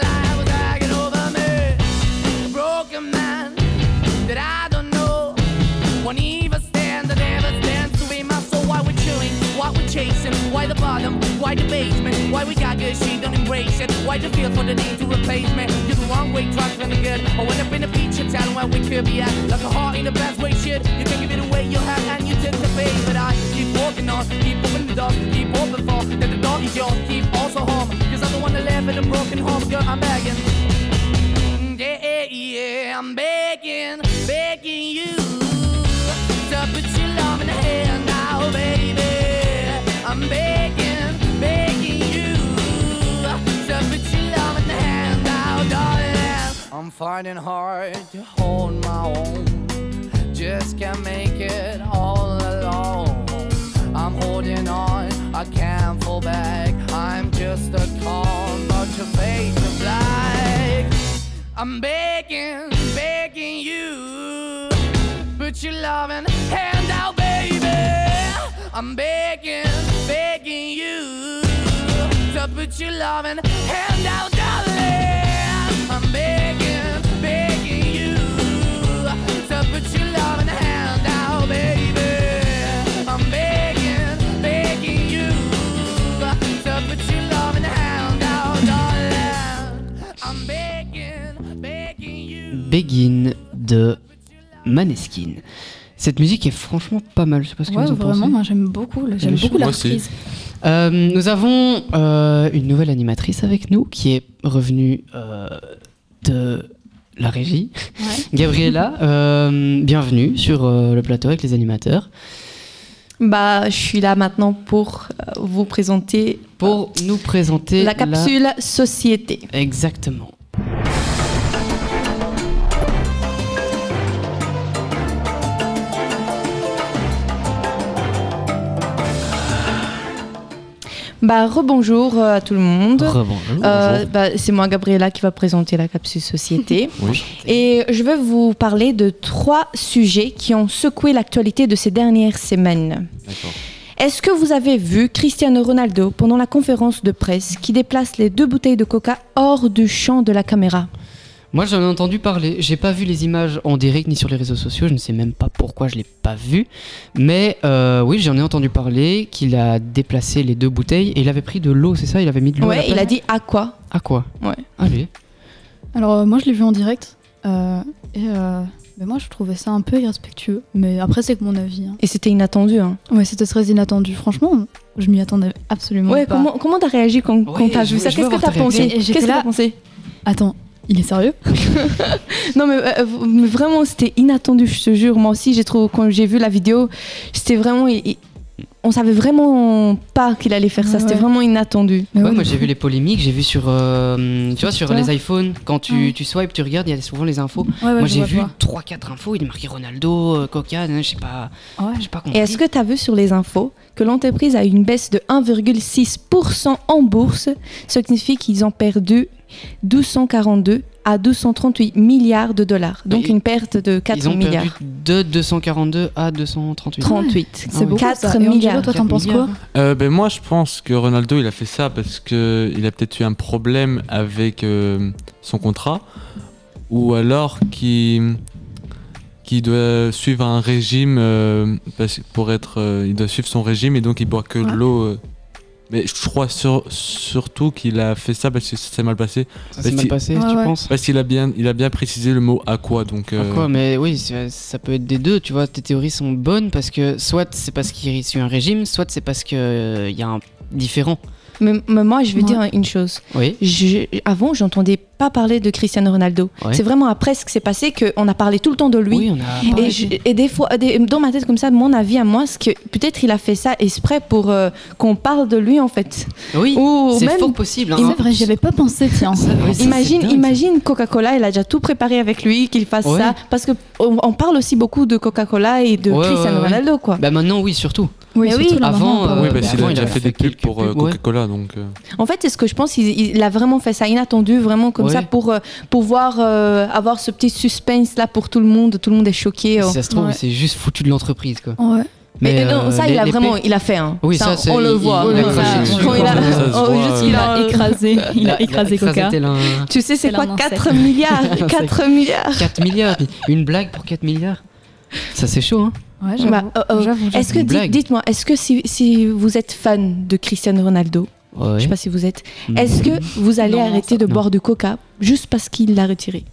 Speaker 14: life was hanging over me. A broken man that I don't know. Won't even stand, I never stand to be my soul. Why we're chewing, why we're chasing, why the bottom, why the basement, why we got good, she don't embrace it, why the feel for the need to replace me. You're the wrong way, trying to the good. I went up in the feature town where we could be at, like a heart in the best way, shit. You can give it away, you have, and you take the bait. But I keep walking on, keep opening the door, keep open for that the dog is yours, keep also home. Cause I don't wanna live in a broken home, girl, I'm begging. Yeah, yeah, yeah, I'm begging, begging you. Stop put your love in the hand now, baby. I'm begging, begging you. Stop put your love in the hand now, darling. I'm finding hard to hold my own. Just can't make it all alone. I'm holding on, I can't fall back. I'm just a call, but your face is black. I'm begging, begging you. Put your loving hand out, baby. I'm begging, begging you to put your loving hand out, darling. I'm begging, begging you to put your loving hand out, baby. I'm begging, begging you to put your loving hand out, darling. I'm begging, begging you.
Speaker 4: Begin de Maneskin. Cette musique est franchement pas mal, je sais pas ce que
Speaker 5: Ouais,
Speaker 4: vous en
Speaker 5: vraiment,
Speaker 4: pensez.
Speaker 5: moi j'aime beaucoup. là,
Speaker 4: Elle
Speaker 5: J'aime
Speaker 4: est
Speaker 5: beaucoup
Speaker 4: chouette.
Speaker 5: la reprise.
Speaker 4: Euh, nous avons euh, une nouvelle animatrice avec nous qui est revenue euh, de la régie. Gabriella, euh, bienvenue sur euh, le plateau avec les animateurs.
Speaker 1: Bah, je suis là maintenant pour euh, vous présenter
Speaker 4: pour nous présenter
Speaker 1: la capsule société.
Speaker 4: Exactement.
Speaker 1: Bah, rebonjour euh, à tout le monde.
Speaker 4: Rebonjour.
Speaker 1: Euh,
Speaker 4: Bonjour.
Speaker 1: bah, c'est moi, Gabriella, qui va présenter la capsule société.
Speaker 4: Oui.
Speaker 1: Et je vais vous parler de trois sujets qui ont secoué l'actualité de ces dernières semaines. Est-ce que vous avez vu Cristiano Ronaldo pendant la conférence de presse qui déplace les deux bouteilles de coca hors du champ de la caméra
Speaker 4: Moi, j'en ai entendu parler. J'ai pas vu les images en direct ni sur les réseaux sociaux. Je ne sais même pas pourquoi je l'ai pas vu. Mais euh, oui, j'en ai entendu parler qu'il a déplacé les deux bouteilles et il avait pris de l'eau, c'est ça Il avait mis de l'eau. à la
Speaker 1: Ouais, il
Speaker 4: place
Speaker 1: a dit à quoi
Speaker 4: À quoi Ah,
Speaker 1: Ouais.
Speaker 4: Allez.
Speaker 5: Alors euh, moi je l'ai vu en direct euh, et euh, mais moi je trouvais ça un peu irrespectueux. Mais après c'est que mon avis. hein.
Speaker 1: Et c'était inattendu. Hein.
Speaker 5: Ouais c'était très inattendu. Franchement je m'y attendais absolument
Speaker 1: Ouais,
Speaker 5: pas.
Speaker 1: comment comment t'as réagi quand, quand t'as
Speaker 5: je
Speaker 1: vu
Speaker 5: veux-
Speaker 1: ça
Speaker 5: je
Speaker 1: Qu'est-ce
Speaker 5: veux
Speaker 1: que
Speaker 5: avoir
Speaker 1: t'as
Speaker 5: ta réaction.
Speaker 1: pensé
Speaker 5: Et j'étais
Speaker 1: Qu'est-ce que
Speaker 5: là-
Speaker 1: t'as pensé
Speaker 5: Attends, il est sérieux
Speaker 1: Non mais, euh, euh, mais vraiment c'était inattendu, je te jure. Moi aussi j'ai trouvé quand j'ai vu la vidéo, c'était vraiment il- il- on savait vraiment pas qu'il allait faire ça, c'était
Speaker 5: ouais.
Speaker 1: vraiment inattendu.
Speaker 4: Ouais, moi j'ai vu les polémiques, j'ai vu sur, euh, tu vois, sur
Speaker 1: Twitter.
Speaker 4: les iPhones, quand tu, tu swipes, tu regardes, il y a souvent les infos.
Speaker 1: ouais,
Speaker 4: moi
Speaker 1: je
Speaker 4: j'ai
Speaker 1: vois,
Speaker 4: vu
Speaker 1: je vois.
Speaker 4: 3-4 infos, il est marqué Ronaldo, euh, Coca, je sais pas, j'ai pas compris.
Speaker 1: Et est-ce que tu as vu sur les infos que l'entreprise a eu une baisse de 1,6% en bourse, ce qui signifie qu'ils ont perdu 242 à 238 milliards de dollars, donc
Speaker 4: Et-
Speaker 1: une perte de 4
Speaker 4: Ils ont
Speaker 1: milliards.
Speaker 4: perdu de 242 à 238.
Speaker 1: 38.
Speaker 4: Ah oui.
Speaker 1: beaucoup, 4 milliards.
Speaker 5: toi, t'en penses quoi
Speaker 2: Euh, ben moi je pense que Ronaldo il a fait ça parce que il a peut-être eu un problème avec euh, son contrat ou alors qu'il qu'il doit suivre un régime euh, parce- pour être euh, il doit suivre son régime et donc il boit que de l'eau euh. mais je crois sur- surtout qu'il a fait ça parce que ça s'est mal passé.
Speaker 4: Ça
Speaker 2: Parce
Speaker 4: s'est mal
Speaker 2: qu'il-
Speaker 4: passé, tu Ouais, ouais. penses
Speaker 2: Parce qu'il a bien il a bien précisé le mot à quoi donc euh,
Speaker 4: Quoi, mais oui, ça ça peut être des deux, tu vois, tes théories sont bonnes parce que soit c'est parce qu'il suit un régime, soit c'est parce qu'il y a un différent.
Speaker 1: Mais, mais moi, je vais
Speaker 4: Ouais.
Speaker 1: dire une chose.
Speaker 4: Oui.
Speaker 1: Je- avant, j'entendais pas parler de Cristiano Ronaldo.
Speaker 4: Ouais.
Speaker 1: C'est vraiment après ce qui s'est passé qu'on a parlé tout le temps de lui.
Speaker 4: Oui, on a parlé
Speaker 1: et, je- et des fois, des- dans ma tête comme ça, mon avis à moi, c'est que peut-être il a fait ça exprès pour euh, qu'on parle de lui en fait.
Speaker 4: Oui,
Speaker 1: Ou
Speaker 4: c'est
Speaker 1: même-
Speaker 4: fort possible. hein.
Speaker 1: C'est vrai,
Speaker 5: j'y avais pas pensé, tiens.
Speaker 1: imagine, imagine Coca-Cola, il a déjà tout préparé avec lui, qu'il fasse
Speaker 4: Ouais.
Speaker 1: ça, parce que on, on parle aussi beaucoup de Coca-Cola et de
Speaker 4: Ouais,
Speaker 1: Cristiano
Speaker 4: ouais, ouais.
Speaker 1: Ronaldo, quoi.
Speaker 4: Bah maintenant, oui, surtout.
Speaker 1: Oui, Mais surtout oui. là,
Speaker 4: avant,
Speaker 1: maintenant,
Speaker 2: oui
Speaker 4: euh,
Speaker 2: parce qu'il
Speaker 4: avant,
Speaker 2: a
Speaker 4: il
Speaker 2: déjà
Speaker 4: avait
Speaker 2: fait des pubs pour euh,
Speaker 4: pubs, ouais.
Speaker 2: Coca-Cola donc euh.
Speaker 1: En fait, c'est ce que je pense. Il, il- il a vraiment fait ça inattendu, vraiment comme
Speaker 2: Ouais.
Speaker 1: ça, pour euh, pouvoir euh, avoir ce petit suspense là pour tout le monde. Tout le monde est choqué.
Speaker 4: Si
Speaker 1: euh.
Speaker 4: ça se trouve,
Speaker 1: Ouais. Oh,
Speaker 4: c'est juste foutu de l'entreprise, quoi.
Speaker 1: Ouais. Mais,
Speaker 4: Mais,
Speaker 1: non,
Speaker 4: euh,
Speaker 1: ça,
Speaker 4: les-
Speaker 1: il a
Speaker 4: les
Speaker 1: vraiment,
Speaker 4: pères-
Speaker 1: il a fait. Hein.
Speaker 4: Oui,
Speaker 1: Ça,
Speaker 4: ça, c'est-
Speaker 1: on le
Speaker 4: il-
Speaker 1: voit.
Speaker 4: il a
Speaker 1: Ouais.
Speaker 4: craché dessus.
Speaker 1: Quand il a-
Speaker 4: Ça se
Speaker 1: oh,
Speaker 4: voit,
Speaker 1: juste
Speaker 4: euh.
Speaker 1: qu'il
Speaker 4: Il
Speaker 1: a
Speaker 4: a
Speaker 5: écrasé, il a écrasé Coca.
Speaker 4: tel un-
Speaker 1: Tu sais, c'est
Speaker 5: Tel
Speaker 1: quoi
Speaker 5: un
Speaker 1: 4
Speaker 5: insecte.
Speaker 1: milliards
Speaker 4: Un
Speaker 1: 4
Speaker 4: insecte.
Speaker 1: milliards
Speaker 4: 4 milliards puis Une blague pour 4 milliards Ça, c'est chaud, hein
Speaker 5: Ouais,
Speaker 4: j'avoue,
Speaker 1: Bah, euh,
Speaker 4: j'avoue,
Speaker 1: euh,
Speaker 4: j'avoue.
Speaker 1: Est-ce que,
Speaker 4: Une
Speaker 1: dites-
Speaker 4: blague.
Speaker 1: dites-moi, est-ce que si, si vous êtes fan de Cristiano Ronaldo,
Speaker 4: Ouais.
Speaker 1: je sais pas si vous êtes,
Speaker 4: Mm.
Speaker 1: est-ce que vous allez
Speaker 4: Non,
Speaker 1: arrêter de
Speaker 4: non.
Speaker 1: boire du coca juste parce qu'il l'a retiré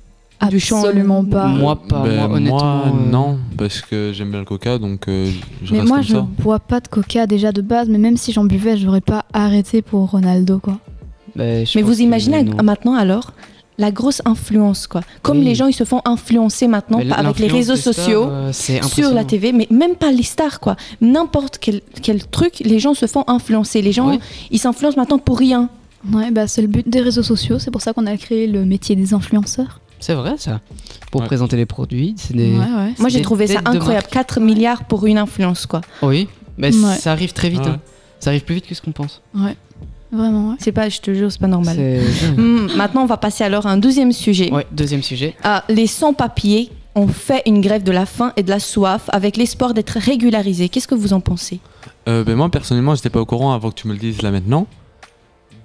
Speaker 1: Du champ
Speaker 5: Absolument pas.
Speaker 4: Moi, pas.
Speaker 2: Ben,
Speaker 4: moi, honnêtement.
Speaker 2: moi,
Speaker 4: euh,
Speaker 2: non, parce que j'aime bien le coca, donc euh, je- je
Speaker 5: Mais
Speaker 2: reste
Speaker 5: moi
Speaker 2: comme
Speaker 5: je
Speaker 2: ça.
Speaker 5: bois pas de coca déjà de base mais même si j'en buvais j'aurais pas arrêté pour Ronaldo quoi.
Speaker 1: Mais vous imaginez maintenant alors la grosse influence quoi. Comme
Speaker 4: Oui.
Speaker 1: les gens ils se font influencer maintenant
Speaker 4: Mais
Speaker 1: par- avec les
Speaker 4: l'influence
Speaker 1: réseaux
Speaker 4: des stars,
Speaker 1: sociaux
Speaker 4: euh, c'est
Speaker 1: sur la
Speaker 4: impressionnant.
Speaker 1: TV, mais même pas les stars quoi. N'importe quel, quel truc, les gens se font influencer. Les gens ils s'influencent maintenant pour rien.
Speaker 5: Ouais bah c'est le but des réseaux sociaux c'est pour ça qu'on a créé le métier des influenceurs.
Speaker 4: C'est vrai, ça Pour présenter les produits, c'est des. c'est
Speaker 1: Moi j'ai
Speaker 4: des
Speaker 1: trouvé ça
Speaker 4: têtes de
Speaker 1: incroyable, 4 milliards pour une influence quoi.
Speaker 4: marque. Oui, mais
Speaker 1: Ouais.
Speaker 4: ça arrive très vite.
Speaker 1: Ouais.
Speaker 4: hein. Ça arrive plus vite que ce qu'on pense.
Speaker 5: Ouais. Vraiment ouais.
Speaker 1: C'est pas je te jure, c'est pas normal.
Speaker 4: C'est-
Speaker 1: Hmm, maintenant on va passer alors à un deuxième sujet.
Speaker 4: Ouais, deuxième sujet.
Speaker 1: Ah, les sans-papiers ont fait une grève de la faim et de la soif avec l'espoir d'être régularisés. Qu'est-ce que vous en pensez
Speaker 2: Euh, ben moi, personnellement, j'étais pas au courant avant que tu me le dises là maintenant.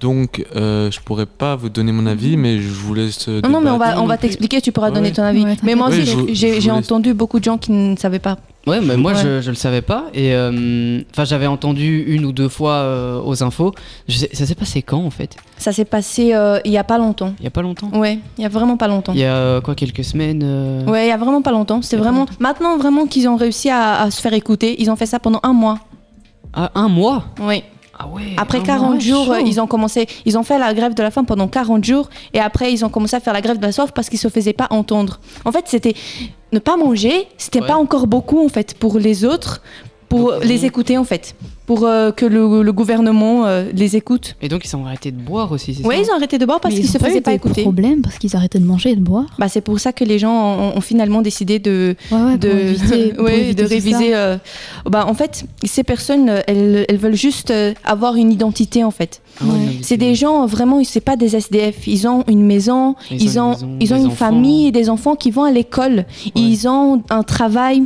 Speaker 2: Donc, euh, je pourrais pas vous donner mon avis, mais je vous laisse. euh,
Speaker 1: Non, non, mais on va,
Speaker 2: débattre.
Speaker 1: on va t'expliquer, tu pourras
Speaker 2: Ouais,
Speaker 1: donner
Speaker 2: ouais.
Speaker 1: ton avis. mais moi
Speaker 2: Oui,
Speaker 1: aussi,
Speaker 2: je
Speaker 1: j'ai-
Speaker 2: vous- je
Speaker 1: j'ai
Speaker 2: vous
Speaker 1: j'ai
Speaker 2: laisse.
Speaker 1: entendu beaucoup de gens qui ne savaient pas.
Speaker 4: Ouais, mais moi
Speaker 1: Ouais.
Speaker 4: Je, je le savais pas et euh, enfin j'avais entendu une ou deux fois euh, aux infos. Je sais- ça s'est passé quand en fait
Speaker 1: Ça s'est passé euh, il y a pas longtemps.
Speaker 4: Il y a pas longtemps.
Speaker 1: Ouais, il y a vraiment pas longtemps.
Speaker 4: Il y a euh, quoi quelques semaines. euh,
Speaker 1: Ouais, il y a vraiment pas longtemps. C'est vraiment maintenant vraiment qu'ils ont réussi à, à se faire écouter. Ils ont fait ça pendant un mois.
Speaker 4: ah, un mois.
Speaker 1: Oui.
Speaker 4: un
Speaker 1: après
Speaker 4: mois,
Speaker 1: 40
Speaker 4: Ah ouais,
Speaker 1: jours,
Speaker 4: chaud.
Speaker 1: euh, ils ont commencé, ils ont fait la grève de la faim pendant 40 jours et après ils ont commencé à faire la grève de la soif parce qu'ils se faisaient pas entendre. En fait, c'était ne pas manger, c'était
Speaker 4: Ouais.
Speaker 1: pas encore beaucoup en fait pour les autres, pour les écouter en fait, pour euh, que le, le gouvernement euh, les écoute.
Speaker 4: Et donc ils ont arrêté de boire aussi. c'est
Speaker 1: Oui,
Speaker 4: ça
Speaker 1: ils ont arrêté de boire parce
Speaker 5: Mais
Speaker 1: qu'ils
Speaker 5: ils
Speaker 1: se
Speaker 5: ont pas
Speaker 1: faisaient
Speaker 5: eu
Speaker 1: pas
Speaker 5: de
Speaker 1: écouter.
Speaker 5: problème parce qu'ils arrêtaient de manger et de boire.
Speaker 1: Bah, c'est pour ça que les gens ont, ont finalement décidé de
Speaker 5: ouais,
Speaker 1: de,
Speaker 5: pour éviter- pour
Speaker 1: ouais,
Speaker 5: éviter
Speaker 1: de
Speaker 5: tout ça.
Speaker 1: réviser. euh, bah, en fait, ces personnes, euh, elles, elles veulent juste euh, avoir une identité en fait.
Speaker 4: Ah ouais, une
Speaker 1: C'est des gens euh, vraiment, c'est pas des SDF. Ils ont une maison, ils,
Speaker 4: Ils ont
Speaker 1: ont,
Speaker 4: une maison,
Speaker 1: ils ont
Speaker 4: des
Speaker 1: une
Speaker 4: enfants.
Speaker 1: famille, et des enfants qui vont à l'école, ils ont un travail,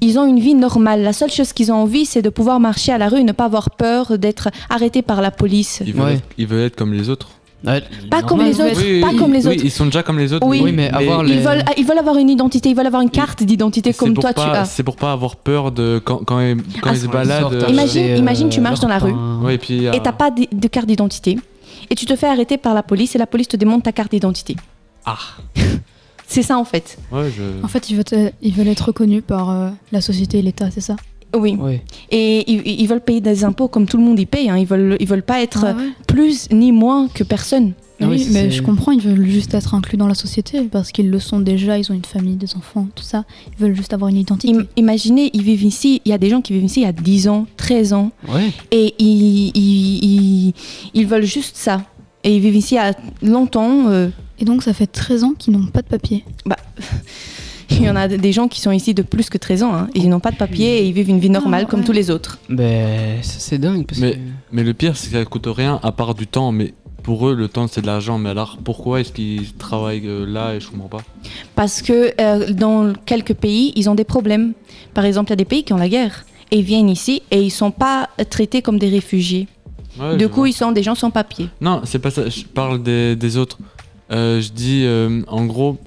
Speaker 1: ils ont une vie normale. La seule chose qu'ils ont envie, c'est de pouvoir marcher à la rue et ne pas avoir peur d'être arrêtés par la police.
Speaker 2: Il veut, être, il veut être comme les autres.
Speaker 1: Pas comme les autres,
Speaker 2: Oui,
Speaker 1: pas
Speaker 2: oui,
Speaker 1: comme les
Speaker 2: oui,
Speaker 1: autres.
Speaker 2: ils sont déjà comme les autres.
Speaker 1: Oui, ils, veulent, ils veulent avoir une identité, ils veulent avoir une carte d'identité
Speaker 2: C'est
Speaker 1: comme
Speaker 2: pour
Speaker 1: toi
Speaker 2: pas-
Speaker 1: tu as.
Speaker 2: C'est pour pas avoir peur de quand, quand, ils- quand ils se baladent. euh,
Speaker 1: Imagine, imagine, tu marches dans la rue
Speaker 2: Ouais, et puis. euh,
Speaker 1: et t'as pas de, de carte d'identité et tu te fais arrêter par la police et la police te demande ta carte d'identité.
Speaker 2: Ah.
Speaker 1: C'est ça en fait.
Speaker 2: Ouais, je.
Speaker 5: En fait, ils veulent, ils veulent être reconnus par euh, la société et l'État, c'est ça
Speaker 1: Oui. Et ils, ils veulent payer des impôts comme tout le monde y paye. hein. Ils veulent, ils veulent pas être plus ni moins que personne.
Speaker 5: Ah Oui, mais je comprends, ils veulent juste être inclus dans la société parce qu'ils le sont déjà, ils ont une famille, des enfants, tout ça. Ils veulent juste avoir une identité.
Speaker 1: Imaginez, ils vivent ici, il y a des gens qui vivent ici il y a 10 ans, 13 ans,
Speaker 4: Ouais.
Speaker 1: et ils, ils, ils- ils veulent juste ça. Et ils vivent ici à longtemps. euh.
Speaker 5: Et donc ça fait 13 ans qu'ils n'ont pas de papier
Speaker 1: Bah, il y en a des gens qui sont ici de plus que 13 ans. hein. Ils n'ont pas de papier et ils vivent une vie normale
Speaker 5: Ah,
Speaker 1: comme tous les autres.
Speaker 4: Ben, ça, c'est dingue. Parce
Speaker 2: Mais,
Speaker 4: que...
Speaker 2: mais le pire, c'est que ça coûte rien à part du temps. Mais pour eux, le temps, c'est de l'argent. Mais alors, pourquoi est-ce qu'ils travaillent euh, là et je comprends pas
Speaker 1: Parce que euh, dans quelques pays, ils ont des problèmes. Par exemple, il y a des pays qui ont la guerre. Et ils viennent ici et ils sont pas traités comme des réfugiés.
Speaker 2: Ouais,
Speaker 1: de
Speaker 2: je
Speaker 1: coup,
Speaker 2: vois.
Speaker 1: ils sont des gens sans papier.
Speaker 2: Non, c'est pas ça. Je parle des, des autres. Euh, je dis, euh, en gros,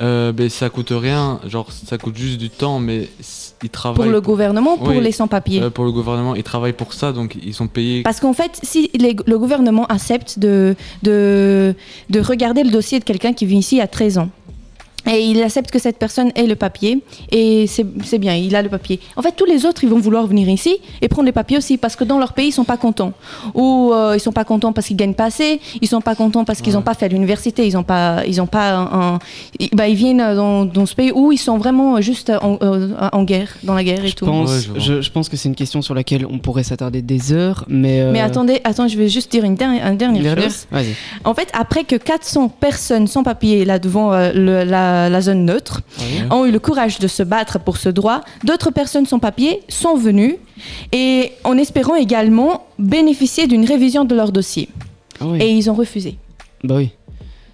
Speaker 2: euh, ben, ça coûte rien. Genre, ça coûte juste du temps, mais s- ils travaillent.
Speaker 1: le gouvernement, pour
Speaker 2: Oui,
Speaker 1: les sans-papiers
Speaker 2: euh, Pour le gouvernement, ils travaillent pour ça, donc ils sont payés.
Speaker 1: Parce qu'en fait, si les- le gouvernement accepte de, de, de regarder le dossier de quelqu'un qui vit ici à 13 ans, et il accepte que cette personne ait le papier, et c'est c'est bien, il a le papier. En fait, tous les autres, ils vont vouloir venir ici et prendre les papiers aussi, parce que dans leur pays, ils sont pas contents. Ou euh, ils sont pas contents parce qu'ils gagnent pas assez, ils sont pas contents parce qu'ils n'ont pas fait l'université, ils ont pas, ils ont pas un, un- ils- bah, ils viennent dans, dans ce pays où ils sont vraiment juste en, euh, en guerre, dans la guerre et tout.
Speaker 4: Je pense, je, je pense que c'est une question sur laquelle on pourrait s'attarder des heures, mais. euh,
Speaker 1: Mais attendez, attends, je vais juste dire une, derni- une dernière,
Speaker 4: une dernière
Speaker 1: chose.
Speaker 4: Vas-y.
Speaker 1: En fait, après que 400 personnes sans papier là devant euh, le- la, la zone neutre
Speaker 4: Ouais.
Speaker 1: ont eu le courage de se battre pour ce droit, d'autres personnes sans papier sont venues et en espérant également bénéficier d'une révision de leur dossier.
Speaker 4: Ah oui.
Speaker 1: Et ils ont refusé.
Speaker 4: Bah oui.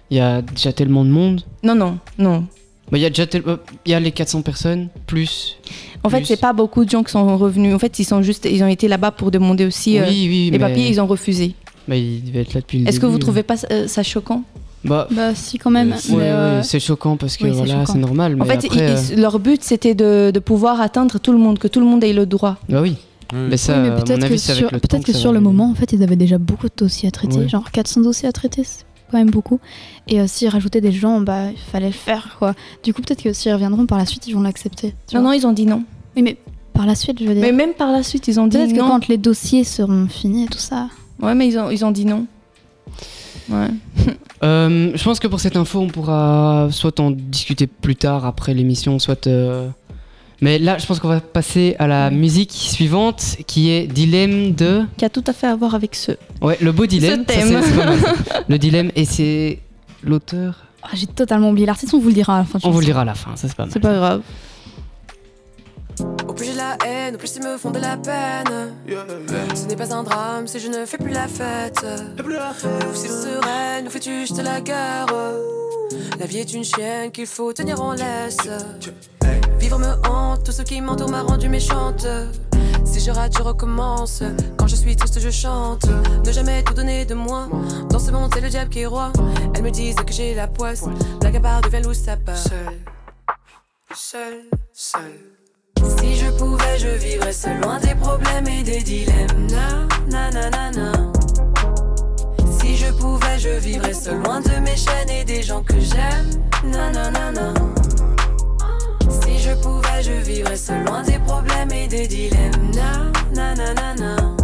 Speaker 4: Il y a déjà tellement de monde.
Speaker 1: Non, non, non.
Speaker 4: Bah, il y a déjà tel- euh, Il y a les 400 personnes, plus.
Speaker 1: En fait,
Speaker 4: Plus.
Speaker 1: c'est pas beaucoup de gens qui sont revenus. En fait, ils sont juste, ils ont été là-bas pour demander
Speaker 4: Oui,
Speaker 1: aussi euh,
Speaker 4: oui,
Speaker 1: les
Speaker 4: mais-
Speaker 1: papiers, ils ont refusé.
Speaker 4: Bah, il devait être là depuis le
Speaker 1: Est-ce que
Speaker 4: début,
Speaker 1: vous
Speaker 4: euh.
Speaker 1: trouvez pas euh, ça choquant
Speaker 4: Bah,
Speaker 5: Bah si quand même. euh,
Speaker 4: Ouais, ouais, c'est choquant parce que
Speaker 1: Oui, euh, c'est
Speaker 4: voilà,
Speaker 1: choquant.
Speaker 4: c'est normal. mais
Speaker 1: En
Speaker 4: après,
Speaker 1: fait, ils- ils-
Speaker 4: euh,
Speaker 1: leur but, c'était de, de pouvoir atteindre tout le monde, que tout le monde ait le droit.
Speaker 4: Bah oui. Mais ça,
Speaker 5: Oui, mais
Speaker 4: à mon
Speaker 5: peut-être que
Speaker 4: avis, c'est
Speaker 5: sur,
Speaker 4: avec le temps
Speaker 5: peut-être que
Speaker 4: ça
Speaker 5: sur
Speaker 4: va
Speaker 5: le
Speaker 4: aller.
Speaker 5: moment, en fait, ils avaient déjà beaucoup de dossiers à traiter,
Speaker 4: Ouais.
Speaker 5: genre 400 dossiers à traiter, c'est quand même beaucoup. Et euh, s'ils rajoutaient des gens, bah, il fallait le faire, quoi. Du coup, peut-être que s'ils reviendront par la suite, ils vont l'accepter.
Speaker 1: Non, non, ils ont dit non.
Speaker 5: Oui, mais par la suite, je veux dire.
Speaker 1: Mais même par la suite, ils ont dit
Speaker 5: Peut-être que
Speaker 1: non.
Speaker 5: quand les dossiers seront finis et tout ça.
Speaker 1: Ouais, mais ils ont, ils ont dit non. Ouais.
Speaker 4: Euh, je pense que pour cette info, on pourra soit en discuter plus tard après l'émission, soit. euh, Mais là, je pense qu'on va passer à la musique suivante qui est Dilemme de.
Speaker 1: Qui a tout à fait à voir avec ce.
Speaker 4: Ouais, le beau dilemme.
Speaker 1: Ce
Speaker 4: ça, c'est-
Speaker 1: thème.
Speaker 4: c'est pas mal, ça. le dilemme, et c'est l'auteur.
Speaker 5: Ah, J'ai totalement oublié l'artiste, on vous le dira à la fin.
Speaker 4: On vous le dira à la fin, ça c'est pas mal.
Speaker 5: C'est pas
Speaker 1: grave.
Speaker 15: Au plus j'ai de la haine, au plus ils me font de la peine. Ce n'est pas un drame si je ne fais plus la fête. Ou si sereine, ou fais-tu juste la guerre. La vie est une chienne qu'il faut tenir en laisse. Vivre me hante, tout ce qui m'entoure m'a rendu méchante. Si je rate, je recommence. Quand je suis triste, je chante. Ne jamais tout donner de moi. Dans ce monde, c'est le diable qui est roi. Elles me disent que j'ai la poisse. La gabarre devient loup, ça part. Seul, seul, seul. Si je pouvais, je vivrais seul, loin des problèmes et des dilemmes. Na, na, na, na, na. Si je pouvais, je vivrais seul, loin de mes chaînes et des gens que j'aime. Na, na, na, na. Si je pouvais, je vivrais seul, loin des problèmes et des dilemmes. Na, na, na, na, na.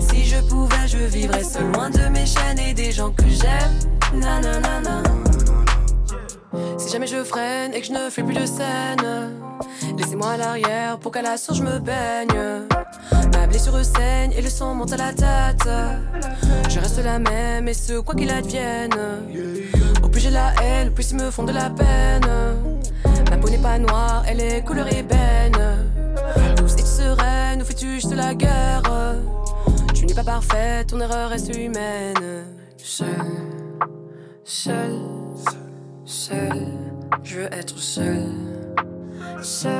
Speaker 15: Si je pouvais, je vivrais seul, loin de mes chaînes et des gens que j'aime. Na, na, na, na. Si jamais je freine et que je ne fais plus de scène, laissez-moi à l'arrière pour qu'à la source je me baigne. Ma blessure saigne et le sang monte à la tête. Je reste la même et ce quoi qu'il advienne. Au plus j'ai la haine, au plus ils me font de la peine. Ma peau n'est pas noire, elle est couleur ébène. Douce et sereine, ou fais-tu juste la guerre Tu n'es pas parfaite, ton erreur reste humaine. Seul, seul, seul, je veux être seul. Seul.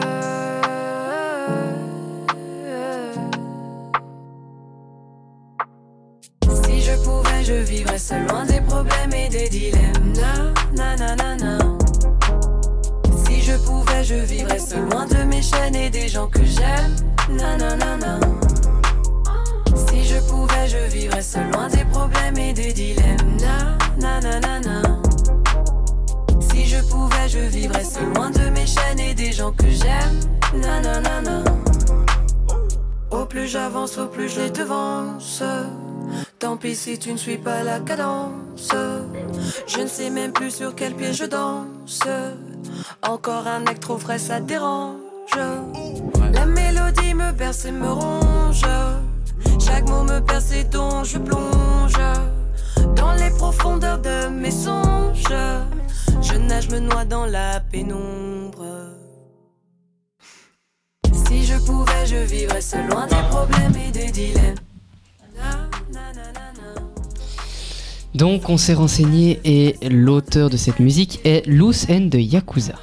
Speaker 15: Si je pouvais, je vivrais C'est loin des problèmes et des dilemmes. Na, na, na, na, na. Si je pouvais, je vivrais seul loin de mes chaînes et des gens que j'aime. Na, na, na, na. Si je pouvais, je vivrais seul loin des problèmes et des dilemmes. Na, na, na, na, na. Si je pouvais, je vivrais seul loin de mes chaînes et des gens que j'aime. Na, na, na, na. Au plus j'avance, au plus je les devance. Tant pis si tu ne suis pas la cadence. Je ne sais même plus sur quel pied je danse. Encore un acte trop frais, ça dérange. La mélodie me berce et me ronge. Chaque mot me perce et dont je plonge. Dans les profondeurs de mes songes. Je nage, me noie dans la pénombre. Si je pouvais, je vivrais seul loin des problèmes et des dilemmes.
Speaker 4: Donc on s'est renseigné et l'auteur de cette musique est Loose End de Yakuza.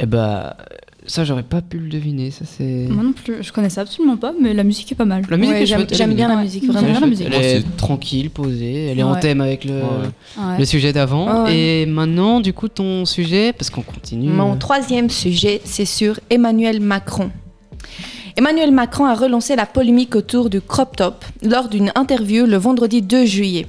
Speaker 4: Eh bah ça j'aurais pas pu le deviner, ça c'est...
Speaker 5: Moi non plus, je connaissais absolument pas, mais la musique est pas mal.
Speaker 4: La musique est chouette, elle est
Speaker 5: J'aime bien la musique.
Speaker 4: Elle est tranquille, posée, elle est en
Speaker 5: Ouais.
Speaker 4: thème avec le,
Speaker 16: Ouais.
Speaker 4: le sujet d'avant.
Speaker 16: Ouais, ouais.
Speaker 4: Et maintenant du coup ton sujet, parce qu'on continue...
Speaker 1: Mon troisième sujet, c'est sur Emmanuel Macron. Emmanuel Macron a relancé la polémique autour du crop top lors d'une interview le vendredi 2 juillet.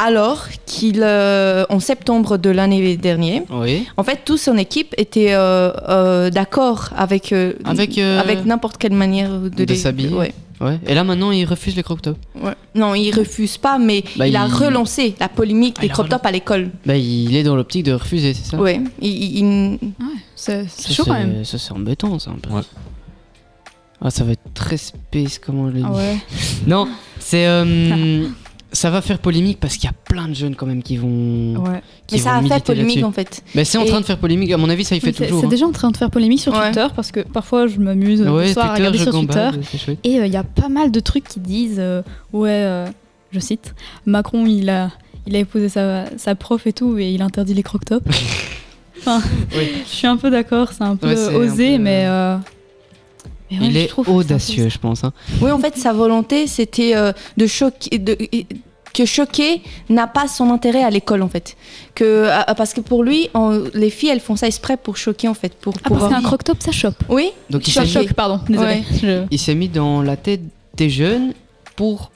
Speaker 1: Alors qu'il, euh, en septembre de l'année dernière,
Speaker 4: Oui.
Speaker 1: en fait, toute son équipe était euh, euh, d'accord avec, euh,
Speaker 4: Avec, euh,
Speaker 1: avec n'importe quelle manière de,
Speaker 4: De
Speaker 1: les-
Speaker 4: s'habiller.
Speaker 1: ouais.
Speaker 4: Ouais. Et là maintenant il refuse les crop tops.
Speaker 1: Ouais. Non, il refuse pas, mais
Speaker 4: Bah,
Speaker 1: il, a
Speaker 4: il-
Speaker 1: relancé la polémique
Speaker 4: Ah,
Speaker 1: des
Speaker 4: il a
Speaker 1: crop tops à l'école.
Speaker 4: Bah il est dans l'optique de refuser, c'est ça
Speaker 1: Ouais, il- il-
Speaker 5: Ah
Speaker 1: il-
Speaker 4: Ça, Ça c'est embêtant ça un peu. Ah ça va être très space comment on le dit.
Speaker 1: Ah ouais.
Speaker 4: non, c'est euh, ça va faire polémique parce qu'il y a plein de jeunes quand même qui vont.
Speaker 5: Ouais.
Speaker 4: qui
Speaker 1: Mais ça
Speaker 4: vont
Speaker 1: a fait
Speaker 4: militer
Speaker 1: polémique,
Speaker 4: là-dessus.
Speaker 1: en fait.
Speaker 4: Mais c'est en
Speaker 1: Et-
Speaker 4: train de faire polémique. À mon avis ça il fait
Speaker 5: Oui, c'est-
Speaker 4: toujours.
Speaker 5: C'est
Speaker 4: hein.
Speaker 5: déjà en train de faire polémique sur Twitter parce que parfois je m'amuse euh,
Speaker 4: Ouais,
Speaker 5: le soir à
Speaker 4: Twitter,
Speaker 5: regarder
Speaker 4: je
Speaker 5: sur
Speaker 4: gambade,
Speaker 5: Twitter
Speaker 4: c'est chouette.
Speaker 5: et euh, il y a pas mal de trucs qui disent euh, ouais euh, je cite Macron il a il a épousé sa, sa prof et tout et il interdit les croc tops. enfin, je suis un peu d'accord, c'est un peu
Speaker 4: Ouais, c'est un
Speaker 5: osé mais euh, mais ouais,
Speaker 4: Il
Speaker 5: je
Speaker 4: est
Speaker 5: trouve que c'est un peu
Speaker 4: audacieux je pense. hein.
Speaker 1: Oui, en fait, sa volonté, c'était euh, de choquer. De, que choquer n'a pas son intérêt à l'école en fait que euh, parce que pour lui on- les filles elles font ça exprès pour choquer en fait pour
Speaker 5: Ah,
Speaker 1: pour
Speaker 5: parce qu'un croc top ça chope.
Speaker 1: oui
Speaker 4: Donc il
Speaker 1: Ça
Speaker 4: s'est mis-
Speaker 1: choque, pardon, désolée.
Speaker 4: Ouais.
Speaker 1: Je-
Speaker 4: Il s'est mis dans la tête des jeunes pour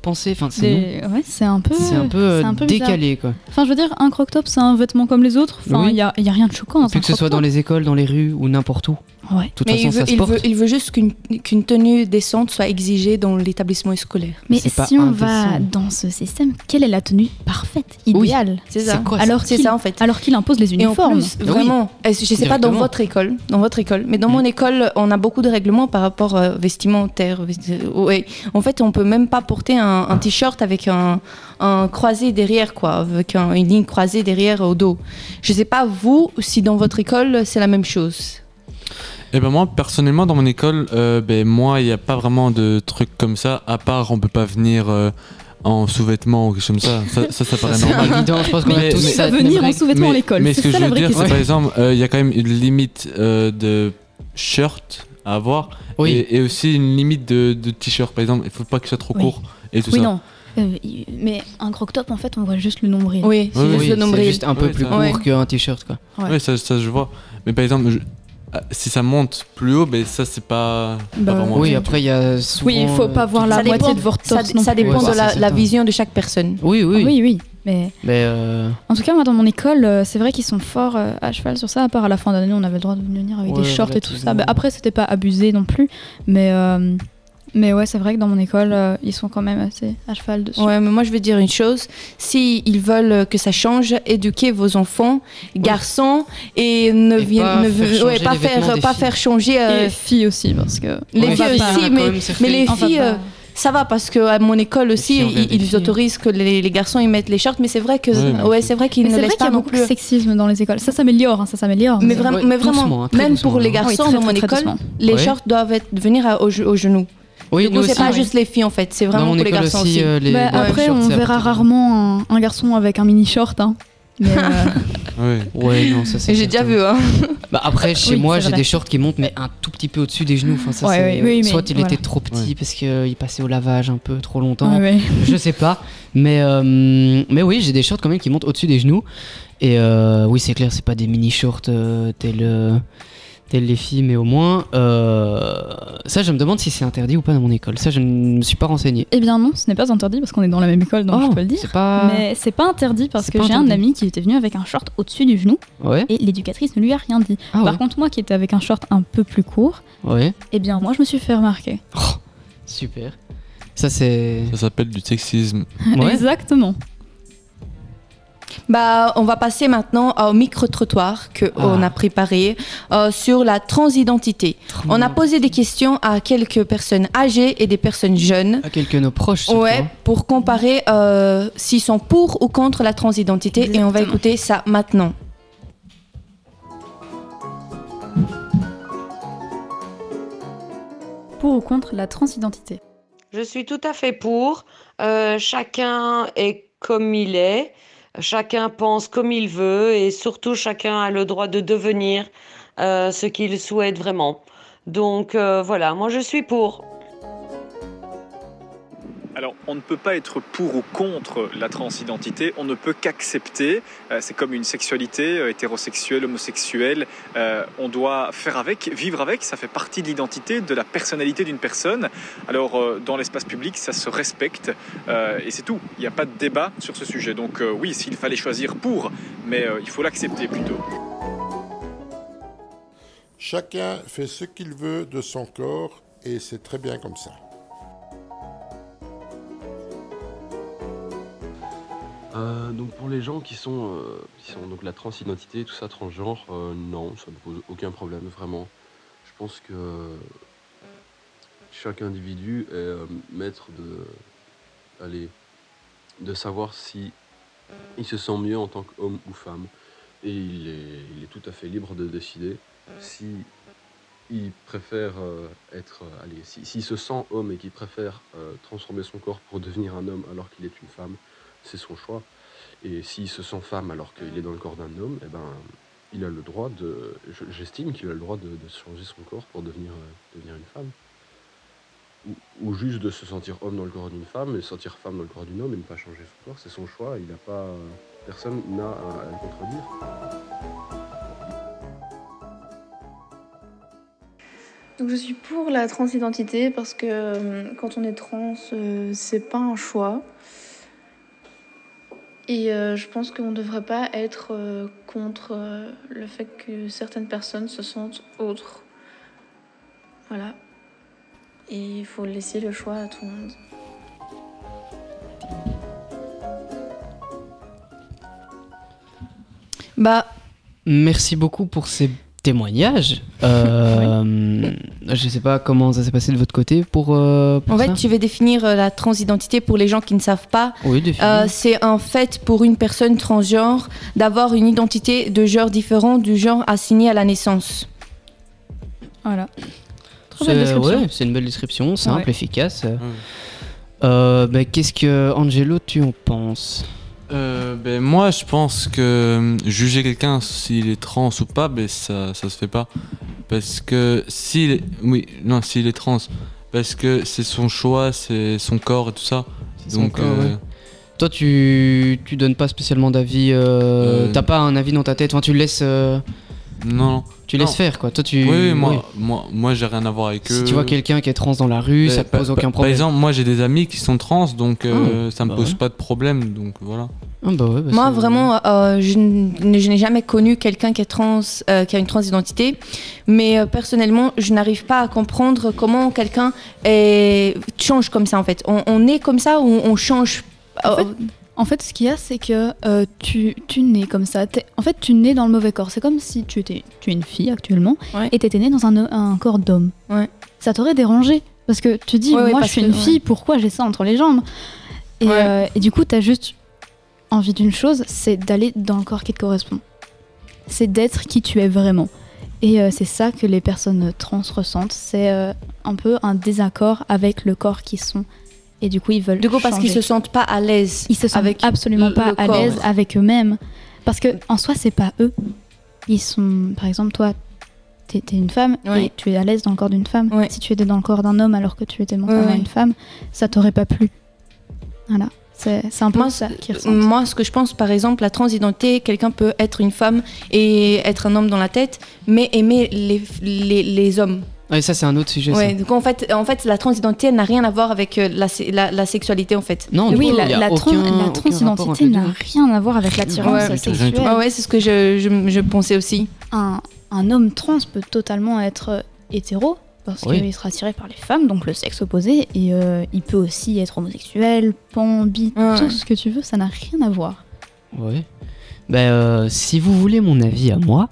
Speaker 4: penser. Enfin c'est
Speaker 5: Des-
Speaker 4: non.
Speaker 5: ouais, c'est un peu,
Speaker 4: C'est un peu, euh,
Speaker 5: c'est un peu
Speaker 4: décalé,
Speaker 5: bizarre.
Speaker 4: quoi.
Speaker 5: Enfin, je veux dire, un croc top, c'est un vêtement comme les autres. Enfin,
Speaker 4: Oui.
Speaker 5: il n'y a, il y a rien de choquant. dans
Speaker 4: Puis
Speaker 5: un
Speaker 4: que ce soit
Speaker 5: croc-top.
Speaker 4: dans les écoles, dans les rues ou n'importe où.
Speaker 5: Ouais.
Speaker 4: De toute
Speaker 1: mais
Speaker 4: façon
Speaker 1: il, veut,
Speaker 4: ça se
Speaker 1: il,
Speaker 4: porte.
Speaker 1: veut, il veut juste qu'une qu'une tenue décente soit exigée dans l'établissement scolaire
Speaker 5: Mais
Speaker 4: C'est pas
Speaker 5: si on va
Speaker 4: indécent.
Speaker 5: dans ce système, quelle est la tenue parfaite, idéale
Speaker 1: c'est ça. C'est quoi, ça
Speaker 5: alors
Speaker 1: C'est
Speaker 5: qu'il-
Speaker 1: ça, en fait.
Speaker 5: Alors qu'il impose les
Speaker 1: Et en
Speaker 5: uniformes.
Speaker 1: plus,
Speaker 4: Ah
Speaker 1: vraiment, euh, je sais pas dans votre école, dans votre école, mais dans
Speaker 4: Mm.
Speaker 1: mon école, on a beaucoup de règlements par rapport euh, vestimentaire. vesti- ouais. En fait, on peut même pas porter un, un t-shirt avec un, un croisé derrière, quoi, avec un- une ligne croisée derrière au dos. Je sais pas vous si dans votre école c'est la même chose.
Speaker 2: Et ben moi personnellement dans mon école, euh, ben moi il n'y a pas vraiment de trucs comme ça. À part on peut pas venir euh, en sous-vêtements ou quelque chose comme ça. Ça ça, ça paraît
Speaker 4: c'est
Speaker 2: normal.
Speaker 4: évident, je pense qu'on a tous ça,
Speaker 5: venir en sous-vêtements à
Speaker 2: mais-
Speaker 5: l'école,
Speaker 2: Mais
Speaker 5: c'est
Speaker 2: ce que
Speaker 5: ça
Speaker 2: je
Speaker 5: la
Speaker 2: veux
Speaker 5: vraie
Speaker 2: dire, c'est
Speaker 5: question.
Speaker 2: par exemple, euh, il y a quand même une limite euh, de shirt à avoir et, et aussi une limite de, de t-shirt. Par exemple, il faut pas qu'il soit trop
Speaker 5: Oui.
Speaker 2: court et tout
Speaker 5: oui,
Speaker 2: ça.
Speaker 5: non. Euh, il- mais un croc top, en fait, on voit juste le nombril.
Speaker 1: Oui,
Speaker 2: Oui, oui, c'est
Speaker 4: juste un peu plus court
Speaker 5: Ouais.
Speaker 4: qu'un t-shirt quoi.
Speaker 5: Ouais.
Speaker 2: Ouais, ça, ça, je vois. Mais par exemple, je- ah, si ça monte plus haut, ben ça c'est pas. pas
Speaker 1: Bah,
Speaker 2: vraiment
Speaker 4: oui,
Speaker 2: du
Speaker 4: après il y a souvent.
Speaker 5: Oui, il faut pas voir la
Speaker 1: Ça dépend-
Speaker 5: moitié de votre
Speaker 1: ça-
Speaker 5: torse. non
Speaker 1: ça
Speaker 5: plus.
Speaker 1: dépend Ouais, de ça, la- c'est la certain. vision de chaque personne.
Speaker 4: Oui, oui.
Speaker 5: Ah Oui, oui. Mais
Speaker 4: Mais euh,
Speaker 5: En tout cas, moi, dans mon école, euh, c'est vrai qu'ils sont forts euh, à cheval sur ça. À part à la fin d'année, on avait le droit de venir avec
Speaker 4: Ouais,
Speaker 5: des shorts et tout ça.
Speaker 4: relativement.
Speaker 5: Bah, après, c'était pas abusé non plus. Mais, euh, mais ouais, c'est vrai que dans mon école, euh, ils sont quand même assez à cheval dessus.
Speaker 1: Ouais, mais moi je vais dire une chose. Si ils veulent que ça change, éduquez vos enfants, garçons, et ne
Speaker 5: Et
Speaker 1: viennent,
Speaker 5: pas
Speaker 1: ne
Speaker 5: faire
Speaker 1: ouais,
Speaker 5: changer
Speaker 1: pas
Speaker 5: les vêtements
Speaker 1: faire,
Speaker 5: des
Speaker 1: pas
Speaker 5: filles.
Speaker 1: faire changer euh,
Speaker 5: Et filles aussi, parce que.
Speaker 1: les
Speaker 5: on
Speaker 1: filles
Speaker 5: va pas-
Speaker 1: aussi,
Speaker 5: on
Speaker 1: mais,
Speaker 5: va quand même
Speaker 1: mais les
Speaker 5: certaines- on va
Speaker 1: filles.
Speaker 5: pas-
Speaker 1: euh, ça va parce que à mon école aussi
Speaker 5: filles, on vient
Speaker 1: ils,
Speaker 5: des
Speaker 1: ils autorisent que les, les garçons ils mettent les shorts mais c'est vrai que
Speaker 5: Ouais, mais-
Speaker 1: ouais, c'est vrai qu'ils
Speaker 5: Mais
Speaker 1: ne
Speaker 5: c'est vrai
Speaker 1: laissent
Speaker 5: qu'il
Speaker 1: pas
Speaker 5: y a
Speaker 1: non
Speaker 5: beaucoup
Speaker 1: plus
Speaker 5: de sexisme dans les écoles. Ça s'améliore, hein, ça s'améliore.
Speaker 1: mais, vra- mais vraiment
Speaker 4: hein,
Speaker 1: même pour les garçons
Speaker 5: Oui, très,
Speaker 1: dans mon
Speaker 5: très, très
Speaker 1: école
Speaker 5: doucement.
Speaker 1: les
Speaker 4: Ouais.
Speaker 1: shorts doivent être, venir à- au, ge- au genou
Speaker 4: Oui,
Speaker 1: du coup
Speaker 4: nous
Speaker 1: c'est
Speaker 4: aussi,
Speaker 1: pas
Speaker 4: ouais.
Speaker 1: juste les filles en fait c'est vraiment
Speaker 4: mon
Speaker 1: pour les
Speaker 4: école
Speaker 1: garçons
Speaker 4: aussi,
Speaker 1: aussi,
Speaker 4: euh, les-
Speaker 5: Bah,
Speaker 4: les
Speaker 5: après,
Speaker 4: shorts,
Speaker 5: on
Speaker 4: c'est à
Speaker 5: verra rarement un, un garçon avec un mini short. hein. Mais, euh,
Speaker 2: Ouais.
Speaker 4: non, ça c'est.
Speaker 1: J'ai déjà vu, hein.
Speaker 4: Bah après, chez
Speaker 1: Oui,
Speaker 4: moi,
Speaker 1: c'est
Speaker 4: j'ai
Speaker 1: vrai.
Speaker 4: des shorts qui montent, mais un tout petit peu au-dessus des genoux. Enfin, ça,
Speaker 1: Ouais,
Speaker 4: c'est-
Speaker 1: oui, oui, mais
Speaker 4: Soit il
Speaker 1: voilà.
Speaker 4: était trop petit parce qu'il passait au lavage un peu trop longtemps.
Speaker 5: Ouais, ouais.
Speaker 4: Je sais pas. Mais, euh, mais oui, j'ai des shorts quand même qui montent au-dessus des genoux. Et euh, oui, c'est clair, c'est pas des mini-shorts euh, tels, euh, tels les filles, mais au moins. euh, ça, je me demande si c'est interdit ou pas dans mon école. Ça, je ne me suis pas renseigné.
Speaker 5: Eh bien non, ce n'est pas interdit parce qu'on est dans la même école, donc je peux le dire.
Speaker 4: Oh, pas-
Speaker 5: Mais c'est pas interdit parce
Speaker 4: C'est
Speaker 5: que
Speaker 4: pas
Speaker 5: j'ai un
Speaker 4: interdit.
Speaker 5: ami qui était venu avec un short au-dessus du genou
Speaker 4: Ouais.
Speaker 5: et l'éducatrice ne lui a rien dit.
Speaker 4: Ah
Speaker 5: Par
Speaker 4: ouais.
Speaker 5: contre, moi qui étais avec un short un peu plus court,
Speaker 4: Ouais, Oh.
Speaker 5: eh bien moi je me suis fait remarquer.
Speaker 4: super. Ça, c'est.
Speaker 2: Ça s'appelle du sexisme.
Speaker 5: Exactement.
Speaker 1: Bah, on va passer maintenant au micro-trottoir
Speaker 4: Ah.
Speaker 1: qu'on a préparé euh, sur la transidentité. On a posé des questions à quelques personnes âgées et des personnes jeunes.
Speaker 4: À quelques nos proches. surtout,
Speaker 1: Ouais,
Speaker 4: hein.
Speaker 1: pour comparer euh, s'ils sont pour ou contre la transidentité et on va écouter ça maintenant.
Speaker 5: Pour ou contre la transidentité
Speaker 16: Je suis tout à fait pour. Euh, chacun est comme il est, chacun pense comme il veut et surtout chacun a le droit de devenir euh, ce qu'il souhaite vraiment. Donc euh, voilà, moi je suis pour.
Speaker 17: Alors, on ne peut pas être pour ou contre la transidentité, on ne peut qu'accepter. Euh, c'est comme une sexualité euh, hétérosexuelle, homosexuelle. Euh, on doit faire avec, vivre avec, ça fait partie de l'identité, de la personnalité d'une personne. Alors, euh, dans l'espace public, ça se respecte euh, et c'est tout. Il n'y a pas de débat sur ce sujet. Donc, euh, oui, s'il fallait choisir pour, mais euh, il faut l'accepter plutôt.
Speaker 18: Chacun fait ce qu'il veut de son corps et c'est très bien comme ça.
Speaker 19: Euh, donc pour les gens qui sont, euh, qui sont donc la transidentité, tout ça, transgenre, euh, non, ça ne pose aucun problème vraiment. Je pense que chaque individu est euh, maître de, allez, de savoir si il se sent mieux en tant qu'homme ou femme, et il est, il est tout à fait libre de décider si il préfère euh, être, euh, allez, si- s'il se sent homme et qu'il préfère euh, transformer son corps pour devenir un homme alors qu'il est une femme, c'est son choix. Et s'il se sent femme alors qu'il est dans le corps d'un homme, eh ben, il a le droit de, je- j'estime qu'il a le droit de, de changer son corps pour devenir, euh, devenir une femme. Ou, ou juste de se sentir homme dans le corps d'une femme et se sentir femme dans le corps d'un homme et ne pas changer son corps, c'est son choix. Il n'a pas, euh, personne n'a à, à le contredire.
Speaker 7: Donc je suis pour la transidentité parce que euh, quand on est trans, euh, c'est pas un choix. Et euh, je pense qu'on ne devrait pas être euh, contre euh, le fait que certaines personnes se sentent autres. Voilà. Et il faut laisser le choix à tout le monde.
Speaker 1: Bah,
Speaker 4: Merci beaucoup pour ces témoignages. Euh, Je sais pas comment ça s'est passé de votre côté pour. euh, pour
Speaker 1: En fait,
Speaker 4: ça.
Speaker 1: tu vais définir euh, la transidentité pour les gens qui ne savent pas.
Speaker 4: Oui, définis.
Speaker 1: Euh, c'est en fait pour une personne transgenre d'avoir une identité de genre différent du genre assigné à la naissance.
Speaker 5: Voilà.
Speaker 1: Très belle
Speaker 4: C'est- euh,
Speaker 1: description.
Speaker 4: ouais, c'est une belle description, simple,
Speaker 1: Ouais.
Speaker 4: efficace.
Speaker 2: Hum.
Speaker 4: Euh, bah, Qu'est-ce que Angelo, tu en penses
Speaker 2: Euh, ben, moi, je pense que euh, juger quelqu'un s'il est trans ou pas, ben, ça, ça se fait pas. Parce que s'il est... Oui, non, s'il est trans. Parce que c'est son choix, c'est son corps et tout ça.
Speaker 4: son
Speaker 2: Donc,
Speaker 4: corps,
Speaker 2: euh,
Speaker 4: ouais. Toi, tu, tu donnes pas spécialement d'avis. euh,
Speaker 2: Euh,
Speaker 4: T'as pas un avis dans ta tête. Enfin, tu le laisses. euh,
Speaker 2: non.
Speaker 4: Tu laisses
Speaker 2: Non.
Speaker 4: faire, quoi. Toi, tu.
Speaker 2: Oui, oui, moi,
Speaker 4: oui.
Speaker 2: moi, moi j'ai rien à voir avec eux.
Speaker 4: Si tu vois quelqu'un qui est trans dans la rue,
Speaker 2: Ben,
Speaker 4: ça te pose
Speaker 2: par-
Speaker 4: aucun
Speaker 2: Par
Speaker 4: problème.
Speaker 2: exemple, moi j'ai des amis qui sont trans, donc euh, ça me
Speaker 4: bah
Speaker 2: pose
Speaker 4: ouais.
Speaker 2: pas de problème, donc voilà.
Speaker 4: Ah, bah ouais, bah
Speaker 1: Moi,
Speaker 4: c'est-
Speaker 1: vraiment, euh, je n- je n'ai jamais connu quelqu'un qui, est trans, euh, qui a une transidentité, mais euh, personnellement, je n'arrive pas à comprendre comment quelqu'un est- change comme ça, en fait. On, on est comme ça ou on change euh,
Speaker 5: En fait, en fait, ce qu'il y a, c'est que euh, tu, tu nais comme ça. T'es- en fait, tu nais dans le mauvais corps. C'est comme si tu étais tu es une fille actuellement et t'étais née dans un, o- un corps d'homme. Ça t'aurait dérangé parce que tu dis,
Speaker 1: Ouais, ouais,
Speaker 5: moi, je
Speaker 1: parce
Speaker 5: suis
Speaker 1: que-
Speaker 5: une
Speaker 1: ouais.
Speaker 5: fille. Pourquoi j'ai ça entre les jambes et, euh, et du coup, t'as juste envie d'une chose, c'est d'aller dans le corps qui te correspond. C'est d'être qui tu es vraiment. Et euh, c'est ça que les personnes trans ressentent. C'est euh, un peu un désaccord avec le corps qu'ils sont. Et du coup, ils veulent.
Speaker 1: Du coup, parce qu'ils
Speaker 5: changer.
Speaker 1: se sentent pas à l'aise.
Speaker 5: Ils se sentent absolument
Speaker 1: le- le
Speaker 5: pas à
Speaker 1: corps.
Speaker 5: l'aise avec eux-mêmes. Parce que en soi, c'est pas eux. Ils sont, par exemple, toi, t'es t'es une femme
Speaker 1: Ouais.
Speaker 5: et tu es à l'aise dans le corps d'une femme. Si tu étais dans le corps d'un homme alors que tu étais mentalement
Speaker 1: ouais.
Speaker 5: une femme, ça t'aurait pas plu. Voilà, c'est c'est un peu
Speaker 1: Moi, euh,
Speaker 5: ça qui ressent.
Speaker 1: Moi, ce que je pense, par exemple, la transidentité, quelqu'un peut être une femme et être un homme dans la tête, mais aimer les, les, les hommes.
Speaker 4: Ouais, ça, c'est un autre sujet. ça.
Speaker 1: Ouais, donc en fait, en fait, la transidentité elle n'a rien à voir avec euh, la, sé- la, la sexualité en fait.
Speaker 4: Non, du
Speaker 5: Oui,
Speaker 4: tout,
Speaker 5: la,
Speaker 4: il y a
Speaker 5: la tran-
Speaker 4: aucun-
Speaker 5: la
Speaker 4: aucun rapport
Speaker 5: transidentité Ah,
Speaker 4: entre les deux.
Speaker 5: n'a rien à voir avec l'attirance
Speaker 1: Ouais.
Speaker 5: sexuelle.
Speaker 1: Ah Ouais, ouais, c'est ce que je, je- je pensais aussi.
Speaker 5: un, un homme trans peut totalement être euh, hétéro parce
Speaker 1: Oui.
Speaker 5: qu'il sera attiré par les femmes, donc le sexe opposé, et euh, il peut aussi être homosexuel, pan, bi, tout ce que tu veux, ça n'a rien à voir.
Speaker 4: Ouais. Ben, euh, si vous voulez mon avis à moi.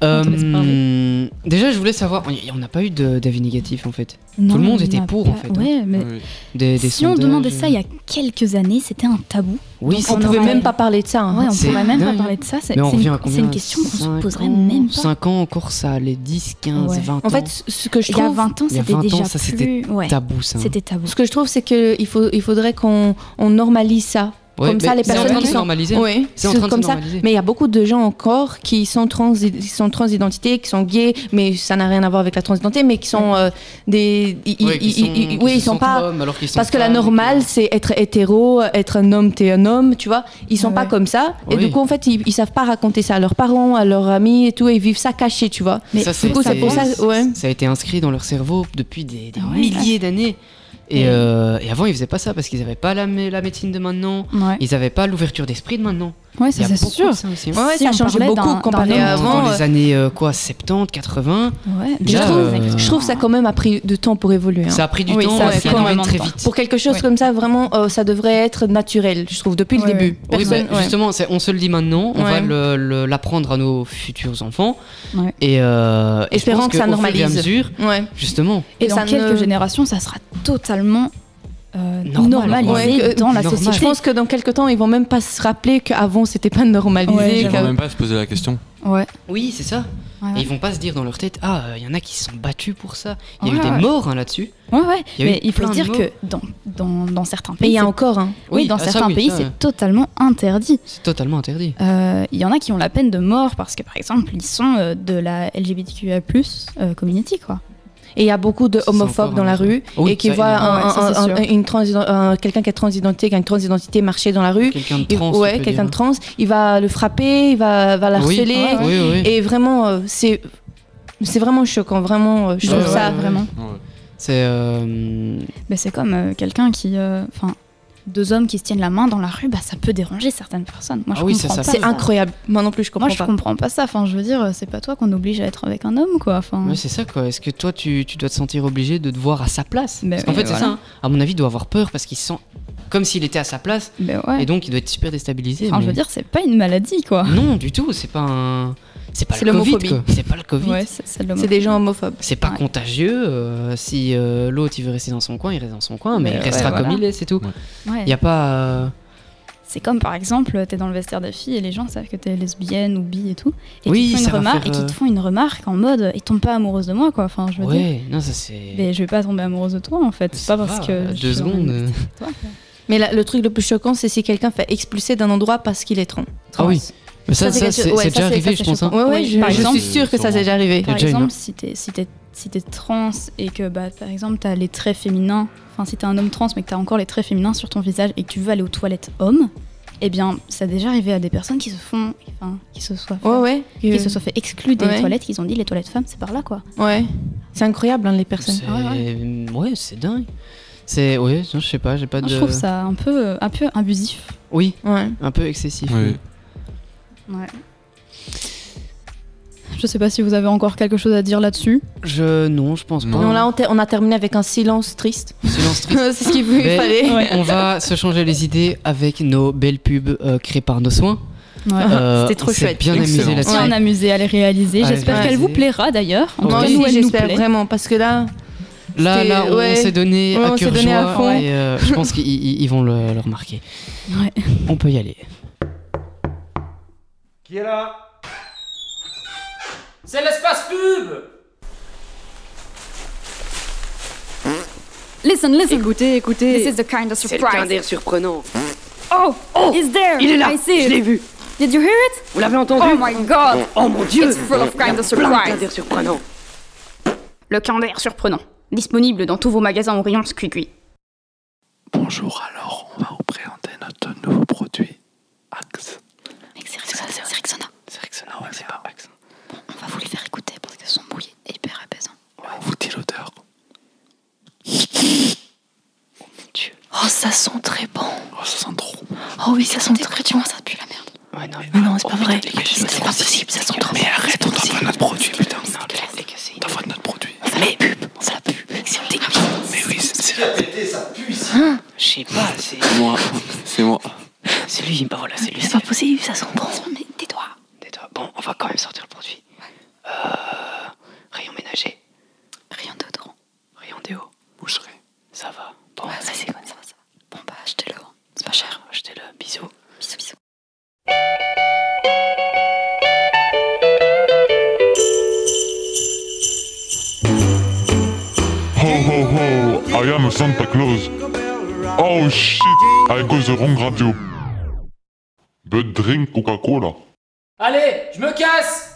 Speaker 5: te laisse
Speaker 4: euh,
Speaker 5: parler.
Speaker 4: déjà, je voulais savoir. On on n'a pas eu de- d'avis négatif en fait.
Speaker 5: Non,
Speaker 4: Tout le monde
Speaker 5: on
Speaker 4: était
Speaker 5: n'a
Speaker 4: pour en
Speaker 5: pas-
Speaker 4: fait. hein.
Speaker 5: ouais, mais-
Speaker 4: Des- des
Speaker 5: si on
Speaker 4: sondages,
Speaker 5: demandait
Speaker 4: euh,
Speaker 5: ça il y a quelques années, c'était un tabou.
Speaker 4: Oui,
Speaker 5: Donc
Speaker 4: c'est- On pouvait
Speaker 5: aurait-
Speaker 4: même pas
Speaker 1: parler de ça. hein.
Speaker 5: Ouais, on
Speaker 4: C'est
Speaker 5: pourrait même pas
Speaker 4: dingue.
Speaker 5: parler de ça. C'est
Speaker 4: Mais on
Speaker 5: c'est
Speaker 4: revient
Speaker 5: une,
Speaker 4: à
Speaker 5: c'est
Speaker 4: combien
Speaker 5: une question qu'on se
Speaker 4: Cinq
Speaker 5: poserait
Speaker 4: ans
Speaker 5: même pas.
Speaker 4: 5 ans encore ça, les 10, 15,
Speaker 5: Ouais.
Speaker 4: 20
Speaker 5: En
Speaker 4: ans.
Speaker 5: fait,
Speaker 1: Ce que je
Speaker 5: Il y a
Speaker 1: trouve-
Speaker 5: 20 ans,
Speaker 4: Il y a
Speaker 5: c'était
Speaker 4: 20 ans,
Speaker 5: déjà
Speaker 4: ça, c'était
Speaker 5: plus- ouais.
Speaker 4: tabou, ça, hein.
Speaker 5: C'était tabou.
Speaker 1: Ce que je trouve, c'est qu'il faut, il faudrait qu'on on normalise ça.
Speaker 4: Ouais,
Speaker 1: comme ça,
Speaker 4: mais
Speaker 1: les
Speaker 4: c'est en
Speaker 1: personnes
Speaker 4: train de
Speaker 1: qui
Speaker 4: se
Speaker 1: sont
Speaker 4: normaliser.
Speaker 1: Oui,
Speaker 4: C'est en train de se
Speaker 1: comme ça.
Speaker 4: normaliser.
Speaker 1: Mais il y a beaucoup de gens encore qui sont trans, qui sont transidentités, qui sont gays, mais ça n'a rien à voir avec la transidentité, mais qui sont euh, des, ils-
Speaker 4: Ouais, qui
Speaker 1: ils-
Speaker 4: sont-
Speaker 1: ils-
Speaker 4: qui
Speaker 1: oui,
Speaker 4: se
Speaker 1: ils sont
Speaker 4: sentent
Speaker 1: pas
Speaker 4: hommes alors qu'ils sont
Speaker 1: parce que la
Speaker 4: femmes,
Speaker 1: normale, c'est être hétéro, être un homme, t'es un homme, tu vois. Ils
Speaker 5: Ah
Speaker 1: sont pas comme ça, et
Speaker 4: Oui.
Speaker 1: du coup, en fait, ils, ils savent pas raconter ça à leurs parents, à leurs amis et tout, et ils vivent ça caché, tu vois.
Speaker 4: ça,
Speaker 1: du
Speaker 4: c'est-
Speaker 1: coup, c'est
Speaker 4: c'est-
Speaker 1: pour ça, ouais.
Speaker 4: ça a été inscrit dans leur cerveau depuis des,
Speaker 5: Ah
Speaker 4: des milliers d'années. Et, euh, et avant, ils faisaient pas ça parce qu'ils n'avaient pas la, mé- la médecine de maintenant,
Speaker 5: Ouais.
Speaker 4: ils n'avaient pas l'ouverture d'esprit de maintenant.
Speaker 5: Ouais,
Speaker 4: Il
Speaker 5: ça
Speaker 4: y a
Speaker 5: c'est
Speaker 4: beaucoup
Speaker 5: sûr.
Speaker 4: de ça aussi, hein.
Speaker 1: Ouais, ouais, ça a
Speaker 5: on
Speaker 1: changé
Speaker 5: parlait
Speaker 1: beaucoup
Speaker 5: d'un-
Speaker 1: comparé
Speaker 5: d'un homme
Speaker 1: à avant.
Speaker 4: Dans
Speaker 1: euh,
Speaker 4: les années euh, quoi, 70, 80.
Speaker 5: Ouais,
Speaker 1: Je
Speaker 4: déjà,
Speaker 1: trouve,
Speaker 4: euh,
Speaker 1: je trouve ça quand même a pris du temps pour évoluer. hein.
Speaker 4: Ça a pris du
Speaker 1: Oui,
Speaker 4: temps,
Speaker 1: ça a
Speaker 4: ouais,
Speaker 1: pris
Speaker 4: ça a
Speaker 1: énormément
Speaker 4: évolué très
Speaker 1: de temps.
Speaker 4: vite.
Speaker 1: Pour quelque chose
Speaker 4: Oui.
Speaker 1: comme ça, vraiment, euh, ça devrait être naturel, je trouve, depuis le début.
Speaker 4: Oui,
Speaker 1: Personne-
Speaker 4: bah,
Speaker 1: ouais.
Speaker 4: Justement, c'est- on se le dit maintenant, on va
Speaker 1: Ouais.
Speaker 4: le- le- l'apprendre à nos futurs enfants.
Speaker 5: Ouais.
Speaker 4: Et, euh, et je
Speaker 1: Espérant
Speaker 4: pense
Speaker 1: que ça
Speaker 4: au fur et à
Speaker 1: normalise.
Speaker 4: mesure,
Speaker 1: Ouais.
Speaker 4: justement.
Speaker 5: Et dans quelques générations, ça sera totalement euh, normalisé
Speaker 1: Ouais, que-
Speaker 5: dans la
Speaker 1: normal.
Speaker 5: société.
Speaker 1: Je pense que dans quelques temps, ils vont même pas se rappeler qu'avant c'était pas normalisé.
Speaker 2: Ils
Speaker 1: que-
Speaker 2: vont même pas se poser la question.
Speaker 5: Ouais.
Speaker 4: Oui, c'est ça.
Speaker 5: Ouais, ouais.
Speaker 4: Et ils vont pas se dire dans leur tête, ah, il y en a qui se sont battus pour ça. Il y a
Speaker 5: Ouais,
Speaker 4: eu
Speaker 5: ouais.
Speaker 4: des morts hein, là-dessus.
Speaker 5: Ouais, ouais.
Speaker 4: Il y a eu
Speaker 5: mais il faut
Speaker 4: plein de
Speaker 5: dire
Speaker 4: mots.
Speaker 5: que dans, dans, dans certains
Speaker 1: Mais
Speaker 5: pays.
Speaker 1: il y a
Speaker 5: c'est-
Speaker 1: encore, hein.
Speaker 5: Oui,
Speaker 4: Oui,
Speaker 5: dans
Speaker 4: ah, ça,
Speaker 5: certains
Speaker 4: oui,
Speaker 5: pays,
Speaker 4: ça, ouais.
Speaker 5: c'est totalement interdit.
Speaker 4: C'est totalement interdit.
Speaker 5: Euh, Il y en a qui ont la peine de mort parce que, par exemple, ils sont euh, de la LGBTQIA, euh, community, quoi.
Speaker 1: Et il y a beaucoup de
Speaker 5: encore
Speaker 1: homophobes dans
Speaker 5: un
Speaker 1: la
Speaker 5: autre-
Speaker 1: rue
Speaker 5: Oui,
Speaker 1: et qui
Speaker 5: ça,
Speaker 1: voient
Speaker 5: énormément.
Speaker 1: un-
Speaker 5: Ouais, ça, c'est
Speaker 1: un-
Speaker 5: sûr.
Speaker 1: un- une transidentité, quelqu'un qui a transidentité, qui a une transidentité marcher dans la rue.
Speaker 4: Quelqu'un de
Speaker 1: Il-
Speaker 4: trans, on
Speaker 1: ouais,
Speaker 4: peut
Speaker 1: quelqu'un
Speaker 4: dire.
Speaker 1: de trans. Il va le frapper, il va, va
Speaker 4: Oui, Ah
Speaker 1: l'harceler.
Speaker 4: ouais, ouais. Oui, oui.
Speaker 1: Et vraiment, euh, c'est c'est vraiment choquant. Vraiment, euh, je
Speaker 4: Ouais,
Speaker 1: trouve
Speaker 4: ouais,
Speaker 1: ça
Speaker 4: ouais.
Speaker 1: vraiment.
Speaker 4: C'est. euh,
Speaker 5: Mais c'est comme euh, quelqu'un qui. euh, Enfin, deux hommes qui se tiennent la main dans la rue, bah, ça peut déranger certaines personnes. Moi,
Speaker 1: Ah
Speaker 5: je
Speaker 1: oui,
Speaker 5: comprends
Speaker 1: ça, ça-
Speaker 5: pas
Speaker 1: C'est incroyable. Moi non plus, je comprends
Speaker 5: Moi, je
Speaker 1: pas.
Speaker 5: comprends pas ça. Enfin, je veux dire, euh, c'est pas toi qu'on oblige à être avec un homme, quoi. Enfin,
Speaker 4: ouais, c'est ça quoi. Est-ce que toi tu, tu dois te sentir obligé de te voir à sa place
Speaker 5: Mais
Speaker 4: Parce qu'en
Speaker 5: Ben oui,
Speaker 4: fait, c'est
Speaker 5: voilà.
Speaker 4: ça. hein. À mon avis, il doit avoir peur parce qu'il se sent comme s'il était à sa place.
Speaker 5: Ben ouais.
Speaker 4: Et donc, il doit être super déstabilisé.
Speaker 5: enfin, je veux
Speaker 4: mais-
Speaker 5: dire, c'est pas une maladie, quoi.
Speaker 4: Non, du tout. C'est pas un. C'est pas
Speaker 1: C'est
Speaker 4: le Covid.
Speaker 1: l'homophobie.
Speaker 4: quoi. C'est pas le Covid.
Speaker 5: Ouais, c'est- c'est de l'homophobie.
Speaker 1: C'est des gens homophobes.
Speaker 4: C'est pas contagieux. euh, si euh, l'autre il veut rester dans son coin, il reste dans son coin, mais,
Speaker 5: Mais
Speaker 4: il
Speaker 5: Ben ouais,
Speaker 4: restera
Speaker 5: voilà.
Speaker 4: comme il est, c'est tout. Il
Speaker 5: Ouais.
Speaker 4: n'y a pas. euh,
Speaker 5: C'est comme par exemple, t'es dans le vestiaire des filles et les gens savent que t'es lesbienne ou bi et tout, et
Speaker 4: Oui,
Speaker 5: qui te font
Speaker 4: ça
Speaker 5: une
Speaker 4: va
Speaker 5: remarque
Speaker 4: faire,
Speaker 5: et qui
Speaker 4: euh,
Speaker 5: te font une remarque en mode, ils tombent pas amoureuse de moi, quoi. Enfin, je veux
Speaker 4: Ouais,
Speaker 5: dire.
Speaker 4: non, ça c'est.
Speaker 5: Mais je vais pas tomber amoureuse de toi en fait. C'est pas parce
Speaker 4: Ah,
Speaker 5: que. je
Speaker 4: deux
Speaker 5: suis dans
Speaker 4: secondes.
Speaker 5: une-
Speaker 4: euh.
Speaker 1: Mais la- le truc le plus choquant, c'est si quelqu'un fait expulser d'un endroit parce qu'il est tran- trans.
Speaker 4: Ah oui. Mais ça, ça, c'est
Speaker 1: ouais,
Speaker 4: c'est déjà
Speaker 1: ça,
Speaker 4: arrivé,
Speaker 1: ça,
Speaker 4: je pense. hein.
Speaker 1: choquant. Ouais, ouais, je,
Speaker 4: Par
Speaker 1: je
Speaker 4: exemple,
Speaker 1: suis sûre que ça
Speaker 4: sûrement.
Speaker 1: s'est déjà arrivé.
Speaker 4: Il y
Speaker 5: Par
Speaker 4: a déjà une-
Speaker 5: exemple, si t'es si t'es si t'es trans et que bah par exemple t'as les traits féminins, enfin si t'es un homme trans mais que t'as encore les traits féminins sur ton visage et que tu veux aller aux toilettes homme, eh bien ça a déjà arrivé à des personnes qui se font, enfin qui se soient, fait,
Speaker 1: Ouais, ouais.
Speaker 5: qui se soient fait exclure des
Speaker 1: Ouais.
Speaker 5: toilettes, qu'ils ont dit les toilettes femmes c'est par là quoi. Ah,
Speaker 1: Ouais. C'est incroyable, hein, les personnes.
Speaker 4: C'est- Ouais, c'est dingue. C'est. Ouais, non, je sais pas, j'ai pas de.
Speaker 5: Je trouve ça un peu euh, un peu abusif.
Speaker 4: Oui,
Speaker 1: Ouais.
Speaker 4: un peu excessif.
Speaker 2: Oui.
Speaker 5: Ouais. Je sais pas si vous avez encore quelque chose à dire là-dessus.
Speaker 4: Je. Non, je pense pas.
Speaker 1: Non, là, on, ter- on a terminé avec un silence triste.
Speaker 4: Silence
Speaker 1: triste. c'est ce qu'il vous- il
Speaker 4: Mais
Speaker 1: fallait.
Speaker 4: On va se changer les idées avec nos belles pubs euh, créées par nos soins.
Speaker 5: Ouais.
Speaker 4: Euh,
Speaker 5: C'était trop
Speaker 4: on s'est
Speaker 5: chouette.
Speaker 4: bien amusé là-dessus.
Speaker 5: On s'est amusé à les réaliser.
Speaker 4: À les
Speaker 5: J'espère qu'elle
Speaker 4: réaliser.
Speaker 5: vous plaira d'ailleurs. En
Speaker 4: Moi
Speaker 5: tout cas,
Speaker 4: aussi,
Speaker 5: nous, elle nous
Speaker 1: j'espère
Speaker 5: plaît.
Speaker 1: vraiment, parce que là.
Speaker 4: Là,
Speaker 1: c'était-
Speaker 4: là, on
Speaker 1: ouais.
Speaker 4: s'est donné
Speaker 1: Ouais,
Speaker 4: à
Speaker 1: on s'est
Speaker 4: cœur
Speaker 1: donné à
Speaker 4: joie
Speaker 1: fond.
Speaker 4: et euh, je pense qu'ils ils- ils vont le, le remarquer.
Speaker 5: Ouais.
Speaker 4: On peut y aller.
Speaker 6: Qui est là C'est l'espace pub
Speaker 20: Listen, listen. Écoutez, écoutez. This is the kind of
Speaker 21: C'est le
Speaker 20: surprise.
Speaker 21: surprenant.
Speaker 20: Oh, oh, is there?
Speaker 21: Il est là.
Speaker 20: I see it.
Speaker 21: Je l'ai vu.
Speaker 22: Did you hear it?
Speaker 23: Vous l'avez entendu
Speaker 22: Oh my god!
Speaker 23: Oh mon dieu
Speaker 22: It's full of
Speaker 23: Il y a
Speaker 22: kind of
Speaker 23: plein de
Speaker 22: surprise.
Speaker 23: cadavres surprenants.
Speaker 22: Le Kinder surprenant. Disponible dans tous vos magasins Orion Squigui.
Speaker 14: Bonjour, alors on va vous présenter notre nouveau produit, Axe. Xerixona, c'est Xerixona. ouais, c'est pas Axe. on va vous les faire écouter parce que son bruit est hyper apaisant. on vous dit l'odeur.
Speaker 4: Oh, ça sent très bon.
Speaker 14: Oh, ça sent trop.
Speaker 4: Oh oui, ça sent très bon. Ça pue la merde.
Speaker 14: Ouais, non,
Speaker 4: Mais non, c'est pas vrai. C'est pas possible, ça sent trop bon.
Speaker 14: Mais arrête, on t'envoie notre produit, putain. On t'envoie notre produit.
Speaker 4: On fait la pub. On fait la pub. C'est un débile.
Speaker 14: Mais oui, c'est- c'est
Speaker 4: Ça pue ici. Je sais pas, c'est.
Speaker 2: Moi, c'est moi.
Speaker 4: C'est lui, bah voilà, c'est lui. C'est pas possible, ça sent bon. Mais tais-toi. Tais-toi. Bon, on va quand même sortir le produit. Euh, rayon ménager. Rayon déodorant. Rayon déo. Boucherie. Ça va. Bon, ça c'est quoi ça, ça Bon, bah achetez-le. hein. C'est pas cher. Achetez-le. Bisous. Bisous, bisous.
Speaker 24: Ho ho ho, I am Santa Claus. Oh shit, I go the wrong radio. But drink Coca-Cola.
Speaker 10: Allez, je me casse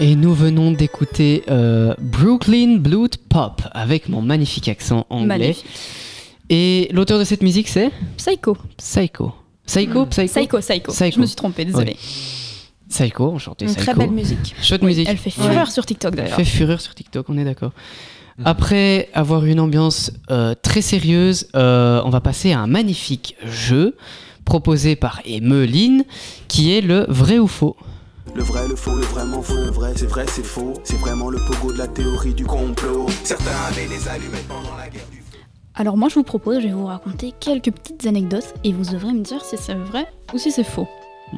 Speaker 25: Et nous venons d'écouter euh, Brooklyn Blood Pop avec mon magnifique accent anglais.
Speaker 5: Magnifique.
Speaker 25: Et l'auteur de cette musique, c'est
Speaker 5: Psycho.
Speaker 25: Psycho. Psycho,
Speaker 5: Mm.
Speaker 25: Psycho.
Speaker 5: Psycho, Psycho. Je me suis trompée, désolée.
Speaker 25: Ouais. Psycho, enchanté.
Speaker 5: Une
Speaker 25: Psycho.
Speaker 5: très belle musique.
Speaker 25: Chouette
Speaker 5: Oui,
Speaker 25: musique.
Speaker 5: elle fait fureur sur TikTok, d'ailleurs.
Speaker 25: Elle fait fureur sur TikTok, on est d'accord. Après avoir une ambiance euh, très sérieuse, euh, on va passer à un magnifique jeu proposé par Emeline qui est le vrai ou faux.
Speaker 26: Le vrai, le faux, le vraiment faux, le vrai, c'est vrai, c'est faux. C'est vraiment le pogo de la théorie du complot. Certains avaient des allumettes pendant la guerre.
Speaker 5: Alors moi je vous propose, je vais vous raconter quelques petites anecdotes et vous devrez me dire si c'est vrai ou si c'est faux.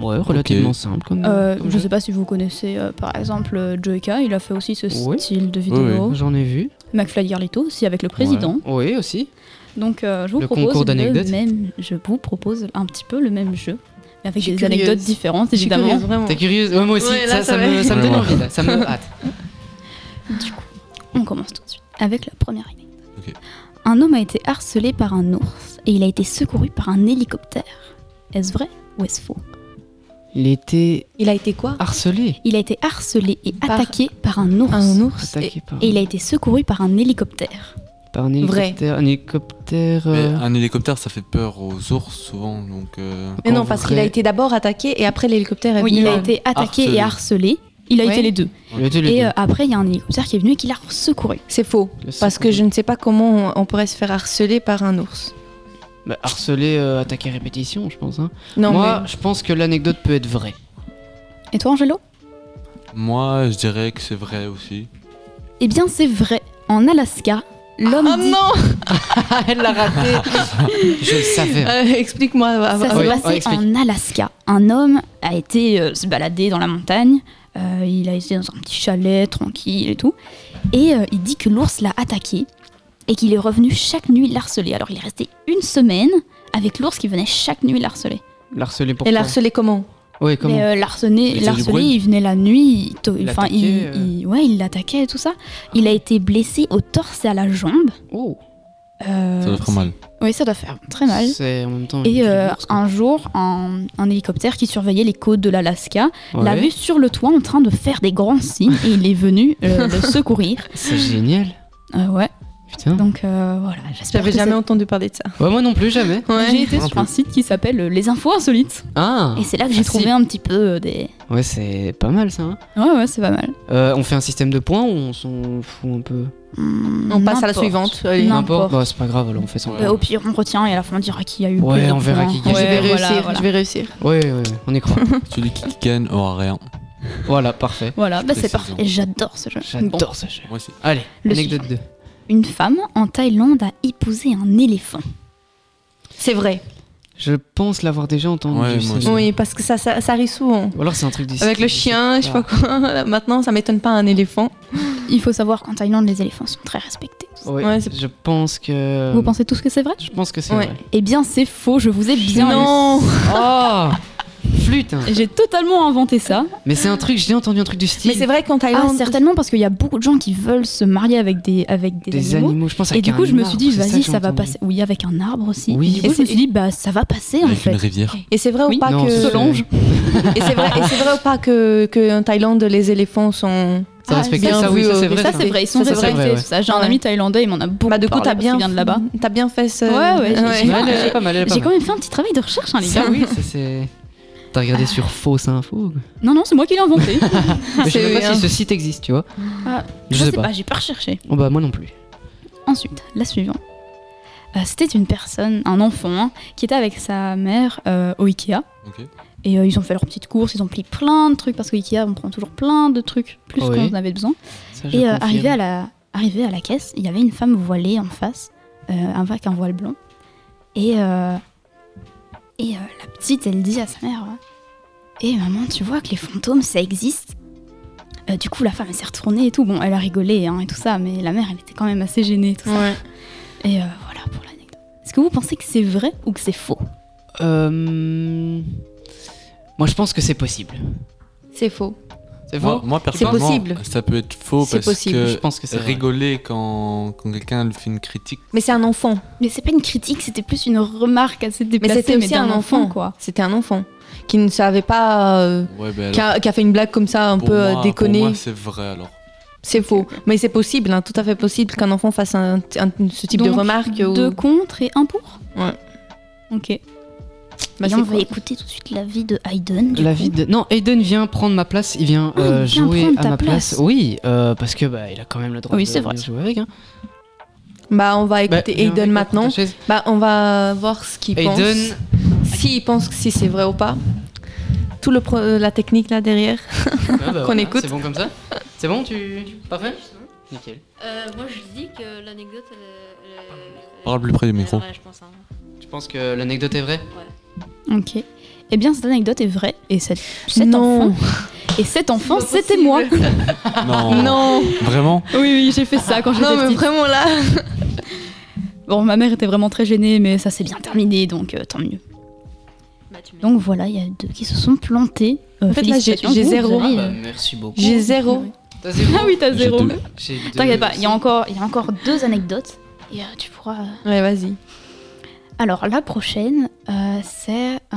Speaker 25: Ouais, relativement simple. Comme,
Speaker 5: Euh,
Speaker 25: comme
Speaker 5: je
Speaker 25: jeu.
Speaker 5: sais pas si vous connaissez euh, par exemple euh, Joyka, il a fait aussi ce
Speaker 25: Ouais.
Speaker 5: style de vidéo.
Speaker 25: Ouais, J'en ai vu.
Speaker 5: McFly Garlito aussi avec le président.
Speaker 25: Ouais. Oui, aussi.
Speaker 5: Donc euh, je vous
Speaker 25: Le
Speaker 5: propose
Speaker 25: concours
Speaker 5: le
Speaker 25: d'anecdotes.
Speaker 5: même, je vous propose un petit peu le même jeu mais avec des
Speaker 25: suis curieuse.
Speaker 5: anecdotes différentes
Speaker 25: Je suis
Speaker 5: évidemment.
Speaker 25: curieuse, vraiment. T'es curieuse Ouais, moi aussi, Ouais, là, ça- ça ça va. me- ça me donne envie, là, ça me hâte.
Speaker 5: Du coup, on commence tout de suite avec la première anecdote. Un homme a été harcelé par un ours et il a été secouru par un hélicoptère. Est-ce vrai ou est-ce faux
Speaker 25: Il était
Speaker 5: Il a été quoi
Speaker 25: harcelé.
Speaker 5: Il a été harcelé et attaqué par un ours. Un ours
Speaker 25: Attaqué par
Speaker 5: et il a été secouru par un hélicoptère.
Speaker 25: Par un
Speaker 5: Vrai.
Speaker 25: hélicoptère. Un hélicoptère.
Speaker 2: Mais ah.
Speaker 25: euh,
Speaker 2: un hélicoptère, ça fait peur aux ours souvent, donc. euh,
Speaker 1: Mais non, parce qu'il a été d'abord attaqué et après l'hélicoptère est
Speaker 5: Oui,
Speaker 1: venu.
Speaker 5: il a été attaqué et harcelé Il a
Speaker 1: Ouais.
Speaker 5: été les deux.
Speaker 1: Il a été les
Speaker 5: et
Speaker 1: deux.
Speaker 5: euh, après, il y a un hélicoptère qui est venu et qui l'a secouru.
Speaker 1: C'est faux. Parce que je ne sais pas comment on on pourrait se faire harceler par un ours.
Speaker 4: Bah, harceler, euh, attaquer répétition, je pense. hein.
Speaker 1: Non,
Speaker 4: Moi, je pense que l'anecdote peut être vraie.
Speaker 5: Et toi, Angelo
Speaker 2: Moi, je dirais que c'est vrai aussi.
Speaker 5: Eh bien, c'est vrai. En Alaska, l'homme dit...
Speaker 1: Elle l'a raté.
Speaker 4: Je le savais.
Speaker 5: Euh.
Speaker 1: Euh, Explique-moi. euh, avant-
Speaker 5: Ça s'est
Speaker 1: Oui, oui,
Speaker 5: passé
Speaker 1: explique.
Speaker 5: en Alaska. Un homme a été euh, se balader dans la montagne. Euh, il a été dans un petit chalet tranquille et tout. Et euh, il dit que l'ours l'a attaqué et qu'il est revenu chaque nuit l'harceler. Alors il est resté une semaine avec l'ours qui venait chaque nuit l'harceler.
Speaker 4: L'harceler pourquoi
Speaker 1: comment
Speaker 4: Ouais, comment
Speaker 5: Mais, euh,
Speaker 4: Il
Speaker 5: l'arceler,
Speaker 4: faisait du
Speaker 5: l'arceler,
Speaker 4: bruit
Speaker 5: il venait la nuit, il to-
Speaker 4: Il
Speaker 5: enfin,
Speaker 4: l'attaquait,
Speaker 5: il,
Speaker 4: euh.
Speaker 5: il- ouais, il l'attaquait et tout ça. Il a été blessé au torse et à la jambe.
Speaker 4: Oh.
Speaker 5: Euh,
Speaker 2: Ça doit faire mal.
Speaker 5: Oui, ça doit faire très mal.
Speaker 4: C'est en même temps.
Speaker 5: Et euh, un jour, un, un hélicoptère qui surveillait les côtes de l'Alaska
Speaker 4: Ouais.
Speaker 5: l'a vu sur le toit en train de faire des grands signes et il est venu euh, le secourir.
Speaker 4: C'est génial.
Speaker 5: Euh, ouais.
Speaker 4: Putain.
Speaker 5: Donc euh, voilà, j'espère.
Speaker 1: J'avais
Speaker 5: que
Speaker 1: jamais
Speaker 5: c'est-
Speaker 1: entendu parler de ça.
Speaker 4: Ouais, moi non plus, jamais.
Speaker 5: J'ai été
Speaker 4: Moi non
Speaker 5: sur un
Speaker 4: plus.
Speaker 5: site qui s'appelle euh, Les Infos Insolites.
Speaker 4: Ah
Speaker 5: Et c'est là que j'ai
Speaker 4: Ah, si.
Speaker 5: trouvé un petit peu euh, des.
Speaker 4: Ouais, c'est pas mal ça. hein.
Speaker 5: Ouais, ouais, c'est pas mal.
Speaker 4: Euh, on fait un système de points ou on s'en fout un peu
Speaker 1: On passe à la
Speaker 5: Hmm, N'importe.
Speaker 1: suivante.
Speaker 5: allez. N'importe.
Speaker 4: Bah, c'est pas grave, alors on fait sans
Speaker 5: Et Euh, au pire, on retient et à la fin, on dira qui a eu.
Speaker 4: Ouais,
Speaker 5: plus de
Speaker 4: on verra
Speaker 5: points.
Speaker 4: qui gagne. Je vais
Speaker 5: voilà,
Speaker 1: réussir,
Speaker 5: voilà.
Speaker 1: je vais réussir.
Speaker 4: Ouais, ouais, ouais, on y croit.
Speaker 2: Celui qui gagne aura rien.
Speaker 4: Voilà, parfait.
Speaker 5: Voilà, bah, c'est
Speaker 2: Précision.
Speaker 5: parfait. J'adore ce jeu.
Speaker 4: J'adore
Speaker 5: Bon.
Speaker 4: ce jeu.
Speaker 2: Moi aussi.
Speaker 4: Allez,
Speaker 5: Le
Speaker 4: anecdote 2.
Speaker 5: Une femme en Thaïlande a épousé un éléphant.
Speaker 1: C'est vrai.
Speaker 4: Je pense l'avoir déjà entendu.
Speaker 2: Ouais, moi
Speaker 4: celle-là.
Speaker 1: Oui, parce que ça, ça, ça arrive souvent.
Speaker 4: Ou alors c'est un truc d'ici.
Speaker 1: Avec le chien, je sais pas quoi. Maintenant, ça m'étonne pas un éléphant.
Speaker 5: Il faut savoir qu'en Thaïlande, les éléphants sont très respectés.
Speaker 4: Ouais, je pense que.
Speaker 5: Vous pensez tous que c'est vrai
Speaker 4: Je pense que c'est
Speaker 5: Ouais.
Speaker 4: vrai.
Speaker 5: Eh bien, c'est faux, je vous ai bien
Speaker 4: Non.
Speaker 5: eu.
Speaker 4: Oh Flûte hein.
Speaker 5: J'ai totalement inventé ça.
Speaker 4: Mais c'est un truc, j'ai entendu un truc du style.
Speaker 1: vrai qu'en
Speaker 5: Thaïlande. certainement, parce qu'il y a beaucoup de gens qui veulent se marier avec des, avec des,
Speaker 4: Des animaux, je pense
Speaker 5: Et
Speaker 4: avec
Speaker 5: du coup,
Speaker 4: un
Speaker 5: je me suis dit,
Speaker 4: arbre, c'est ça
Speaker 5: vas-y,
Speaker 4: que j'ai
Speaker 5: ça va
Speaker 4: entendu.
Speaker 5: passer. Oui, avec un arbre aussi.
Speaker 4: Oui.
Speaker 5: Et du
Speaker 4: Et
Speaker 5: coup, je
Speaker 4: c'est-
Speaker 5: me suis dit, bah, ça va passer en fait.
Speaker 2: rivière.
Speaker 1: Et c'est vrai
Speaker 5: Oui.
Speaker 1: ou pas
Speaker 5: Non,
Speaker 1: que.
Speaker 5: c'est- Solange.
Speaker 1: Et c'est vrai, et c'est vrai ou pas que, que en Thaïlande, les éléphants sont.
Speaker 5: Ah,
Speaker 4: Ça respecte
Speaker 1: bien
Speaker 4: ça, oui,
Speaker 1: vus
Speaker 4: ça,
Speaker 1: au-
Speaker 4: c'est vrai,
Speaker 5: Ça, c'est vrai, ils sont
Speaker 1: Ça, c'est
Speaker 5: respectés.
Speaker 4: vrai, ouais.
Speaker 5: tout ça. J'ai un ami thaïlandais, il m'en a beaucoup.
Speaker 1: Bah, du coup,
Speaker 5: parlé
Speaker 1: t'as
Speaker 5: parce qu'il
Speaker 1: bien,
Speaker 5: vient de là-bas.
Speaker 1: t'as bien fait ce.
Speaker 5: Ouais, ouais, j'ai-
Speaker 1: Ouais.
Speaker 5: j'ai-
Speaker 4: Ouais, elle est pas mal, elle est pas
Speaker 5: J'ai
Speaker 4: mal.
Speaker 5: quand même fait un petit travail de recherche, hein, les gars.
Speaker 4: Ça, Ah oui, ça c'est. T'as regardé
Speaker 5: Ah.
Speaker 4: sur fausse info
Speaker 5: Non, non, c'est moi qui l'ai inventé.
Speaker 4: Mais Je sais
Speaker 5: C'est
Speaker 4: même pas
Speaker 5: un-
Speaker 4: si ce site existe, tu vois.
Speaker 5: Ah,
Speaker 4: Je sais pas.
Speaker 5: j'ai pas recherché.
Speaker 4: Oh bah moi non plus.
Speaker 5: Ensuite, la suivante. Euh, C'était une personne, un enfant, hein, qui était avec sa mère euh, au Ikea.
Speaker 2: Ok.
Speaker 5: Et euh, ils ont fait leurs petites courses, ils ont pris plein de trucs, parce qu'au Ikea, on prend toujours plein de trucs, plus
Speaker 4: Oui.
Speaker 5: qu'on en avait besoin.
Speaker 4: Ça, je
Speaker 5: et euh,
Speaker 4: confirme.
Speaker 5: arrivé, à la, arrivé à la caisse, il y avait une femme voilée en face, euh, avec un voile blanc. Et, euh, et euh, la petite, elle dit à sa mère Et maman, tu vois que les fantômes, ça existe Euh, Du coup, la femme, elle s'est retournée et tout. Bon, elle a rigolé hein, et tout ça, mais la mère, elle était quand même assez gênée et tout ça. Et euh, voilà pour l'anecdote. Est-ce que vous pensez que c'est vrai ou que c'est faux
Speaker 4: Euh... Moi je pense que c'est possible.
Speaker 1: C'est faux.
Speaker 4: C'est
Speaker 2: Moi,
Speaker 4: faux
Speaker 2: moi, personnellement, ça peut être faux
Speaker 4: C'est
Speaker 2: parce
Speaker 4: possible,
Speaker 2: que,
Speaker 4: je pense que c'est vrai.
Speaker 2: rigoler quand, quand quelqu'un lui fait une critique.
Speaker 1: Mais c'est un enfant.
Speaker 5: Mais c'est pas une critique, c'était plus une remarque assez
Speaker 1: Mais
Speaker 5: déplacée.
Speaker 1: c'était aussi
Speaker 5: d'un
Speaker 1: un enfant, quoi. C'était un enfant qui ne savait pas. euh,
Speaker 2: Ouais, ben alors,
Speaker 1: qui, a, qui a fait une blague comme ça, un
Speaker 2: pour
Speaker 1: peu euh,
Speaker 2: moi- pour
Speaker 1: déconnée.
Speaker 2: moi, c'est vrai alors.
Speaker 1: C'est faux. Mais c'est possible, hein, tout à fait possible qu'un enfant fasse un, un- ce type de
Speaker 5: Donc,
Speaker 1: remarque. ou-
Speaker 5: Deux contre et un pour
Speaker 1: Ouais.
Speaker 5: Ok.
Speaker 1: Bah,
Speaker 5: et
Speaker 1: c'est
Speaker 5: on
Speaker 1: quoi
Speaker 5: va écouter tout de suite la vie de Hayden. du
Speaker 4: La
Speaker 5: coup.
Speaker 4: vie de... Non, Aiden vient prendre ma place, il vient
Speaker 5: Ah, il
Speaker 4: euh,
Speaker 5: vient
Speaker 4: jouer
Speaker 5: prendre
Speaker 4: à
Speaker 5: ta
Speaker 4: ma place.
Speaker 5: place.
Speaker 4: Oui, euh, parce que bah, il a quand même le droit
Speaker 5: Oui,
Speaker 4: de
Speaker 5: c'est vrai.
Speaker 4: venir jouer avec. hein.
Speaker 1: Bah, on va
Speaker 4: Bah,
Speaker 1: écouter
Speaker 4: viens avec
Speaker 1: Aiden
Speaker 4: moi,
Speaker 1: maintenant.
Speaker 4: prends ta chaise.
Speaker 1: Bah, on va voir ce qu'il pense.
Speaker 4: Aiden.
Speaker 1: S'il pense que si c'est vrai ou pas. Tout le pro- la technique là derrière
Speaker 4: Ah, bah,
Speaker 1: qu'on
Speaker 4: voilà,
Speaker 1: écoute.
Speaker 4: C'est bon comme ça C'est bon, tu... Parfait Nickel.
Speaker 12: Euh, moi, je dis que l'anecdote, elle est.
Speaker 2: Parle plus près du micro.
Speaker 12: je pense. hein.
Speaker 4: Tu penses que l'anecdote est vraie
Speaker 5: Ok. Eh bien, cette anecdote est vraie. Et cette, cet enfant. Et cet enfant, c'était moi.
Speaker 2: Non.
Speaker 5: Non.
Speaker 2: Vraiment
Speaker 5: Oui, oui, j'ai fait ça quand j'étais
Speaker 1: Ah, Non, mais
Speaker 5: petite.
Speaker 1: vraiment là.
Speaker 5: Bon, ma mère était vraiment très gênée, mais ça s'est bien terminé, donc euh, tant mieux. Donc voilà, il y a deux qui se sont plantés.
Speaker 1: Bah,
Speaker 5: Euh,
Speaker 1: En fait, là, j'ai-
Speaker 5: félicitations,
Speaker 1: j'ai
Speaker 5: vous, vous
Speaker 1: zéro.
Speaker 5: avez,
Speaker 1: Ah,
Speaker 5: euh,
Speaker 1: bah,
Speaker 4: Merci beaucoup.
Speaker 1: J'ai zéro.
Speaker 4: T'as zéro
Speaker 5: Ah oui, t'as
Speaker 4: J'ai
Speaker 5: zéro.
Speaker 4: deux. J'ai deux.
Speaker 5: T'inquiète pas, il y, a encore, il y a encore deux anecdotes. Et euh, tu pourras.
Speaker 1: Ouais, vas-y.
Speaker 5: Alors, la prochaine, euh, c'est euh,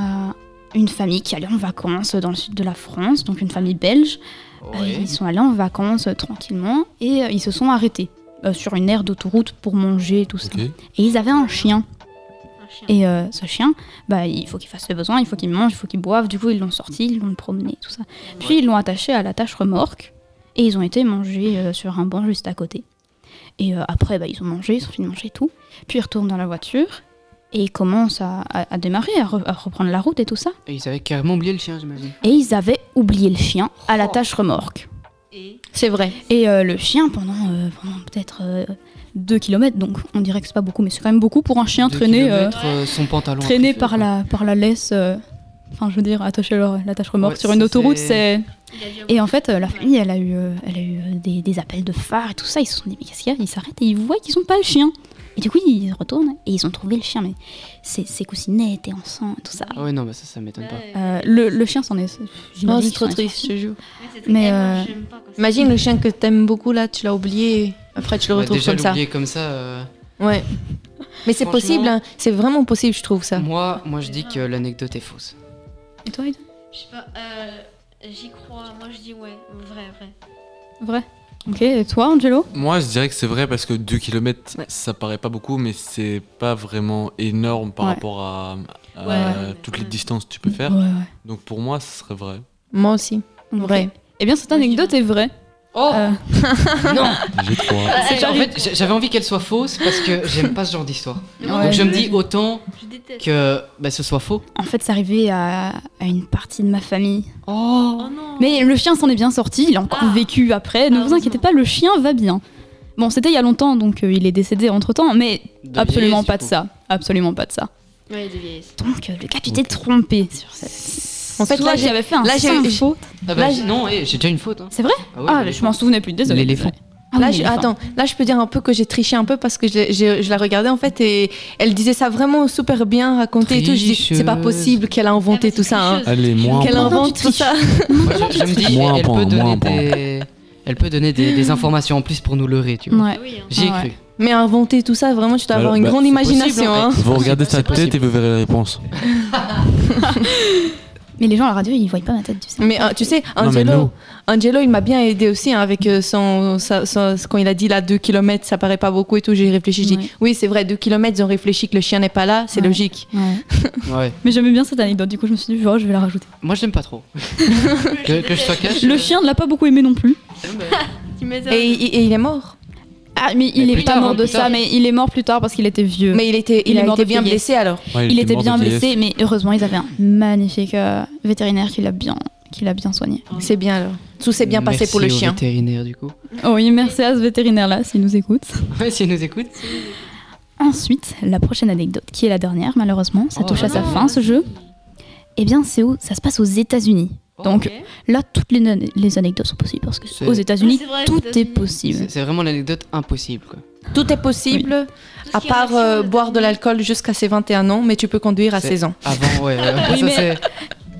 Speaker 5: une famille qui allait en vacances dans le sud de la France, donc une famille belge. Euh, ils sont allés en vacances euh, tranquillement et euh, ils se sont arrêtés euh, sur une aire d'autoroute pour manger et tout ça. Et ils avaient un chien. Et euh, ce chien, bah, il faut qu'il fasse ses besoins, il faut qu'il mange, il faut qu'il boive. Du coup, ils l'ont sorti, ils l'ont promené, tout ça. Puis ils l'ont attaché à la tâche remorque et ils ont été mangés euh, sur un banc juste à côté. Et euh, après, bah, ils ont mangé, ils ont fini de manger et tout. Puis ils retournent dans la voiture et ils commencent à, à- à démarrer, à, re- à reprendre la route et tout ça.
Speaker 4: Et ils avaient carrément oublié le chien, j'imagine.
Speaker 5: Et ils avaient oublié le chien à la tâche remorque. C'est vrai. Et euh, le chien, pendant, euh, pendant peut-être 2 km, donc on dirait que c'est pas beaucoup, mais c'est quand même beaucoup pour un chien
Speaker 4: Deux
Speaker 5: traîné, euh,
Speaker 4: kilomètres, euh, son pantalon
Speaker 5: traîné
Speaker 4: après,
Speaker 5: par, la, par la laisse. euh, Enfin, je veux dire, attaché à leur- la tâche remorque
Speaker 4: Ouais,
Speaker 5: sur une
Speaker 4: ça,
Speaker 5: autoroute,
Speaker 4: c'est-
Speaker 5: c'est. Et en fait, euh, la famille, elle a eu, euh, elle a eu euh, des, des appels de phare et tout ça. Ils se sont dit, mais qu'est-ce qu'il y a Ils s'arrêtent et ils voient qu'ils ont pas le chien. Et du coup, ils retournent et ils ont trouvé le chien, mais ses, ses coussinettes étaient en sang et tout ça.
Speaker 4: Ah ouais, non, bah ça, ça m'étonne pas.
Speaker 5: Euh, le, le chien s'en est.
Speaker 25: Non,
Speaker 5: j'imagine
Speaker 25: Oh, c'est
Speaker 5: qu'il
Speaker 25: trop
Speaker 5: s'en est
Speaker 25: triste, je
Speaker 5: sorti.
Speaker 25: te jure.
Speaker 5: Mais euh,
Speaker 25: Imagine le chien que t'aimes beaucoup là, tu l'as oublié, après tu le
Speaker 4: Bah,
Speaker 25: retrouves
Speaker 4: déjà
Speaker 25: comme ça.
Speaker 4: l'oublier comme ça. euh,
Speaker 25: Ouais.
Speaker 1: Mais c'est
Speaker 4: Franchement-
Speaker 1: possible, hein. c'est vraiment possible, je trouve ça.
Speaker 4: Moi, moi, je dis que l'anecdote est fausse.
Speaker 5: Et toi,
Speaker 12: Je sais pas, euh, j'y crois. Moi, je dis ouais, vrai, vrai.
Speaker 5: Vrai. Ok, et toi, Angelo
Speaker 2: Moi, je dirais que c'est vrai parce que 2 km, ça paraît pas beaucoup, mais c'est pas vraiment énorme par
Speaker 25: Ouais.
Speaker 2: rapport à, à
Speaker 25: Ouais.
Speaker 2: toutes les distances que tu peux faire.
Speaker 25: Ouais, ouais.
Speaker 2: Donc pour moi, ce serait vrai.
Speaker 25: Moi aussi.
Speaker 5: Vrai. Eh bien, cette anecdote est vraie. Euh,
Speaker 4: Oh Non
Speaker 2: J'ai trois.
Speaker 5: C'est
Speaker 4: En
Speaker 5: terrible.
Speaker 4: fait, j'a- j'avais envie qu'elle soit fausse parce que j'aime pas ce genre d'histoire.
Speaker 5: Ouais.
Speaker 4: Donc je me dis autant que bah, ce soit faux.
Speaker 5: En fait, c'est arrivé à, à une partie de ma famille. Oh, Ah. Mais le chien s'en est bien sorti, il a encore vécu après. Ne vous inquiétez pas, le chien va bien. Bon, c'était il y a longtemps, donc euh, il est décédé entre-temps, mais
Speaker 12: De
Speaker 5: absolument
Speaker 12: vieillesse,
Speaker 5: pas
Speaker 12: du
Speaker 5: de
Speaker 12: coup.
Speaker 5: ça. Absolument pas de ça.
Speaker 12: Ouais, de vieillesse.
Speaker 5: Donc, euh, Lucas, tu t'es trompé sur cette...
Speaker 25: En fait,
Speaker 5: Soit
Speaker 25: là, j'ai-
Speaker 5: j'avais fait un
Speaker 25: là, j'ai-
Speaker 5: simple
Speaker 25: j'ai-
Speaker 5: faute.
Speaker 4: Ah bah, j'ai- non, eh, j'ai déjà une faute. hein.
Speaker 5: C'est vrai
Speaker 4: Ah
Speaker 5: Ah,
Speaker 4: oui,
Speaker 5: je m'en souvenais plus, désolé.
Speaker 4: L'éléphant.
Speaker 5: Ah
Speaker 1: là,
Speaker 5: oui,
Speaker 1: je-
Speaker 5: l'éléphant.
Speaker 1: attends, là, je peux dire un peu que j'ai triché un peu parce que je, l'ai- j'ai- je la regardais en fait et elle disait ça vraiment super bien raconté et tout. Je dis, c'est pas
Speaker 4: Tricheuse.
Speaker 1: possible qu'elle a inventé tout ça. hein.
Speaker 2: Allez, moins un
Speaker 1: Qu'elle
Speaker 2: point.
Speaker 1: invente tout ça.
Speaker 4: Moi, je, je me dis,
Speaker 2: Moins un
Speaker 4: elle,
Speaker 2: point,
Speaker 4: peut
Speaker 2: moins
Speaker 4: donner
Speaker 2: un point.
Speaker 4: des... elle peut donner des, des informations en plus pour nous leurrer, tu vois.
Speaker 1: Ouais. Oui, hein.
Speaker 4: J'ai
Speaker 1: Ah ouais.
Speaker 4: cru.
Speaker 1: Mais inventer tout ça, vraiment, tu dois avoir
Speaker 2: Bah,
Speaker 1: une
Speaker 2: bah,
Speaker 1: grande
Speaker 2: c'est
Speaker 1: imagination. hein.
Speaker 2: Vous regardez sa tête et vous verrez la réponse.
Speaker 5: Mais les gens à la radio, ils voient pas ma tête, tu sais.
Speaker 1: Mais euh, tu sais,
Speaker 2: Non, mais
Speaker 1: Angelo,
Speaker 2: non.
Speaker 1: Angelo, il m'a bien aidé aussi hein, avec euh, son, sa- sa- quand il a dit là 2 km, ça paraît pas beaucoup et tout. J'ai réfléchi, j'ai dit oui, c'est vrai, 2 km, ils ont réfléchi que le chien n'est pas là, c'est logique.
Speaker 4: Ouais.
Speaker 5: Mais j'aimais bien cette anecdote, du coup, je me suis dit, oh, je vais la rajouter.
Speaker 4: Moi, je l'aime pas trop. que, que je te cache. euh. Ah bah.
Speaker 5: Le chien ne l'a pas beaucoup aimé non plus.
Speaker 1: Et, et- et il est mort.
Speaker 5: Ah, mais il
Speaker 1: Mais
Speaker 5: est
Speaker 1: plus
Speaker 5: pas
Speaker 1: tard,
Speaker 5: mort
Speaker 1: hein,
Speaker 5: de
Speaker 1: plus
Speaker 5: ça,
Speaker 1: tard.
Speaker 5: mais il est mort plus tard parce qu'il était vieux.
Speaker 1: Mais il était, il
Speaker 5: est
Speaker 1: a
Speaker 5: mort
Speaker 1: été
Speaker 5: de
Speaker 1: bien
Speaker 5: vieillesse.
Speaker 1: blessé, alors. Ouais,
Speaker 5: il,
Speaker 1: il était
Speaker 5: était
Speaker 1: mort de
Speaker 5: bien
Speaker 1: vieillesse.
Speaker 5: blessé, mais heureusement ils avaient un magnifique euh, vétérinaire qui l'a bien, qui l'a bien soigné.
Speaker 1: C'est bien alors. Tout s'est bien passé
Speaker 4: Merci
Speaker 1: pour le
Speaker 4: euh, au
Speaker 1: chien.
Speaker 4: vétérinaire, du coup.
Speaker 5: Oh oui, merci à ce vétérinaire là s'il nous écoute.
Speaker 4: Ouais, si elle nous écoute.
Speaker 5: Ensuite, la prochaine anecdote, qui est la dernière malheureusement,
Speaker 4: Oh
Speaker 5: ça touche à sa fin ce jeu. Eh bien, c'est où Ça se passe aux États-Unis. Donc là, toutes les, nan- les anecdotes sont possibles parce que
Speaker 4: C'est-
Speaker 5: aux États-Unis,
Speaker 4: Ouais, Ah, c'est vrai,
Speaker 5: tout
Speaker 4: aux États-Unis.
Speaker 5: est possible.
Speaker 4: C'est c'est vraiment l'anecdote impossible, quoi.
Speaker 1: Tout est possible, à part euh, boire de l'alcool jusqu'à ses 21 ans, mais tu peux conduire à
Speaker 4: C'est
Speaker 1: 16 ans.
Speaker 4: Avant, ouais. ouais,
Speaker 5: Oui,
Speaker 4: Euh, ça,
Speaker 5: mais-
Speaker 4: c'est-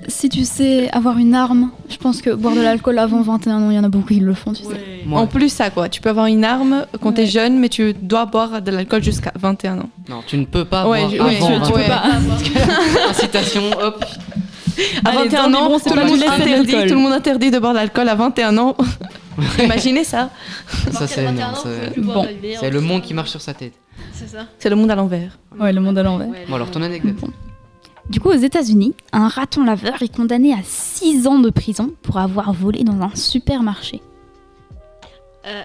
Speaker 5: Si tu sais avoir une arme, je pense que boire de l'alcool avant 21 ans, il y en a beaucoup qui le font, tu sais.
Speaker 1: En plus, ça quoi. Tu peux avoir une arme quand t'es jeune, mais tu dois boire de l'alcool jusqu'à 21 ans.
Speaker 4: Non, tu ne peux pas
Speaker 1: Ouais,
Speaker 4: boire
Speaker 1: je-
Speaker 4: avant
Speaker 1: ouais, tu- tu peux
Speaker 4: 21.
Speaker 1: pas.
Speaker 4: Parce que- Incitation, hop.
Speaker 1: À
Speaker 4: Allez,
Speaker 1: 21
Speaker 4: dans les bons,
Speaker 1: ans,
Speaker 4: c'est
Speaker 1: tout le,
Speaker 4: pas
Speaker 1: monde
Speaker 4: juste de
Speaker 1: interdit,
Speaker 4: l'alcool.
Speaker 1: tout le monde interdit de boire de l'alcool à 21 ans. Imaginez ça.
Speaker 4: Ça, c'est non, ça-
Speaker 1: boire
Speaker 4: Bon.
Speaker 1: de bière,
Speaker 4: C'est le monde qui marche sur sa tête.
Speaker 5: C'est ça.
Speaker 1: C'est le monde à l'envers.
Speaker 5: Ouais, le monde à l'envers.
Speaker 4: Bon, alors ton anecdote.
Speaker 5: Du coup, aux États-Unis, un raton laveur est condamné à 6 ans de prison pour avoir volé dans un supermarché.
Speaker 12: Euh,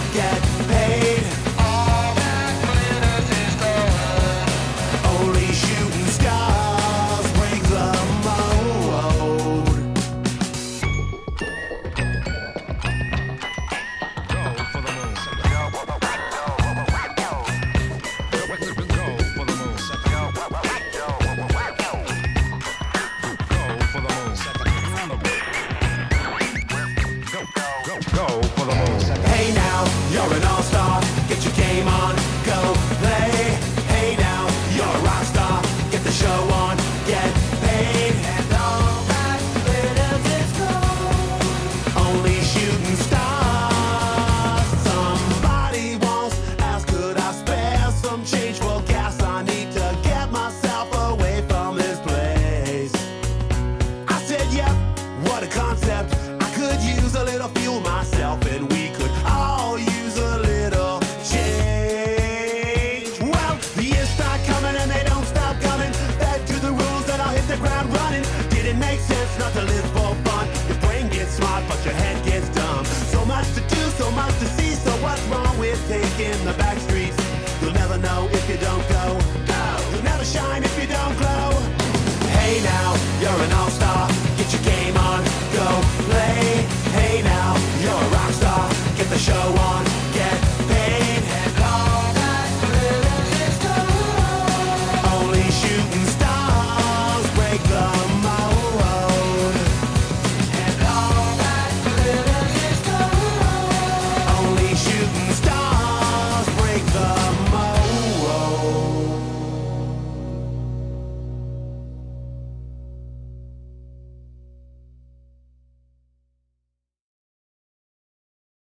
Speaker 26: get paid. All that glitters is gold. Only shooting stars break the mold. Hey now, you're an all-star. Get your game on, go play.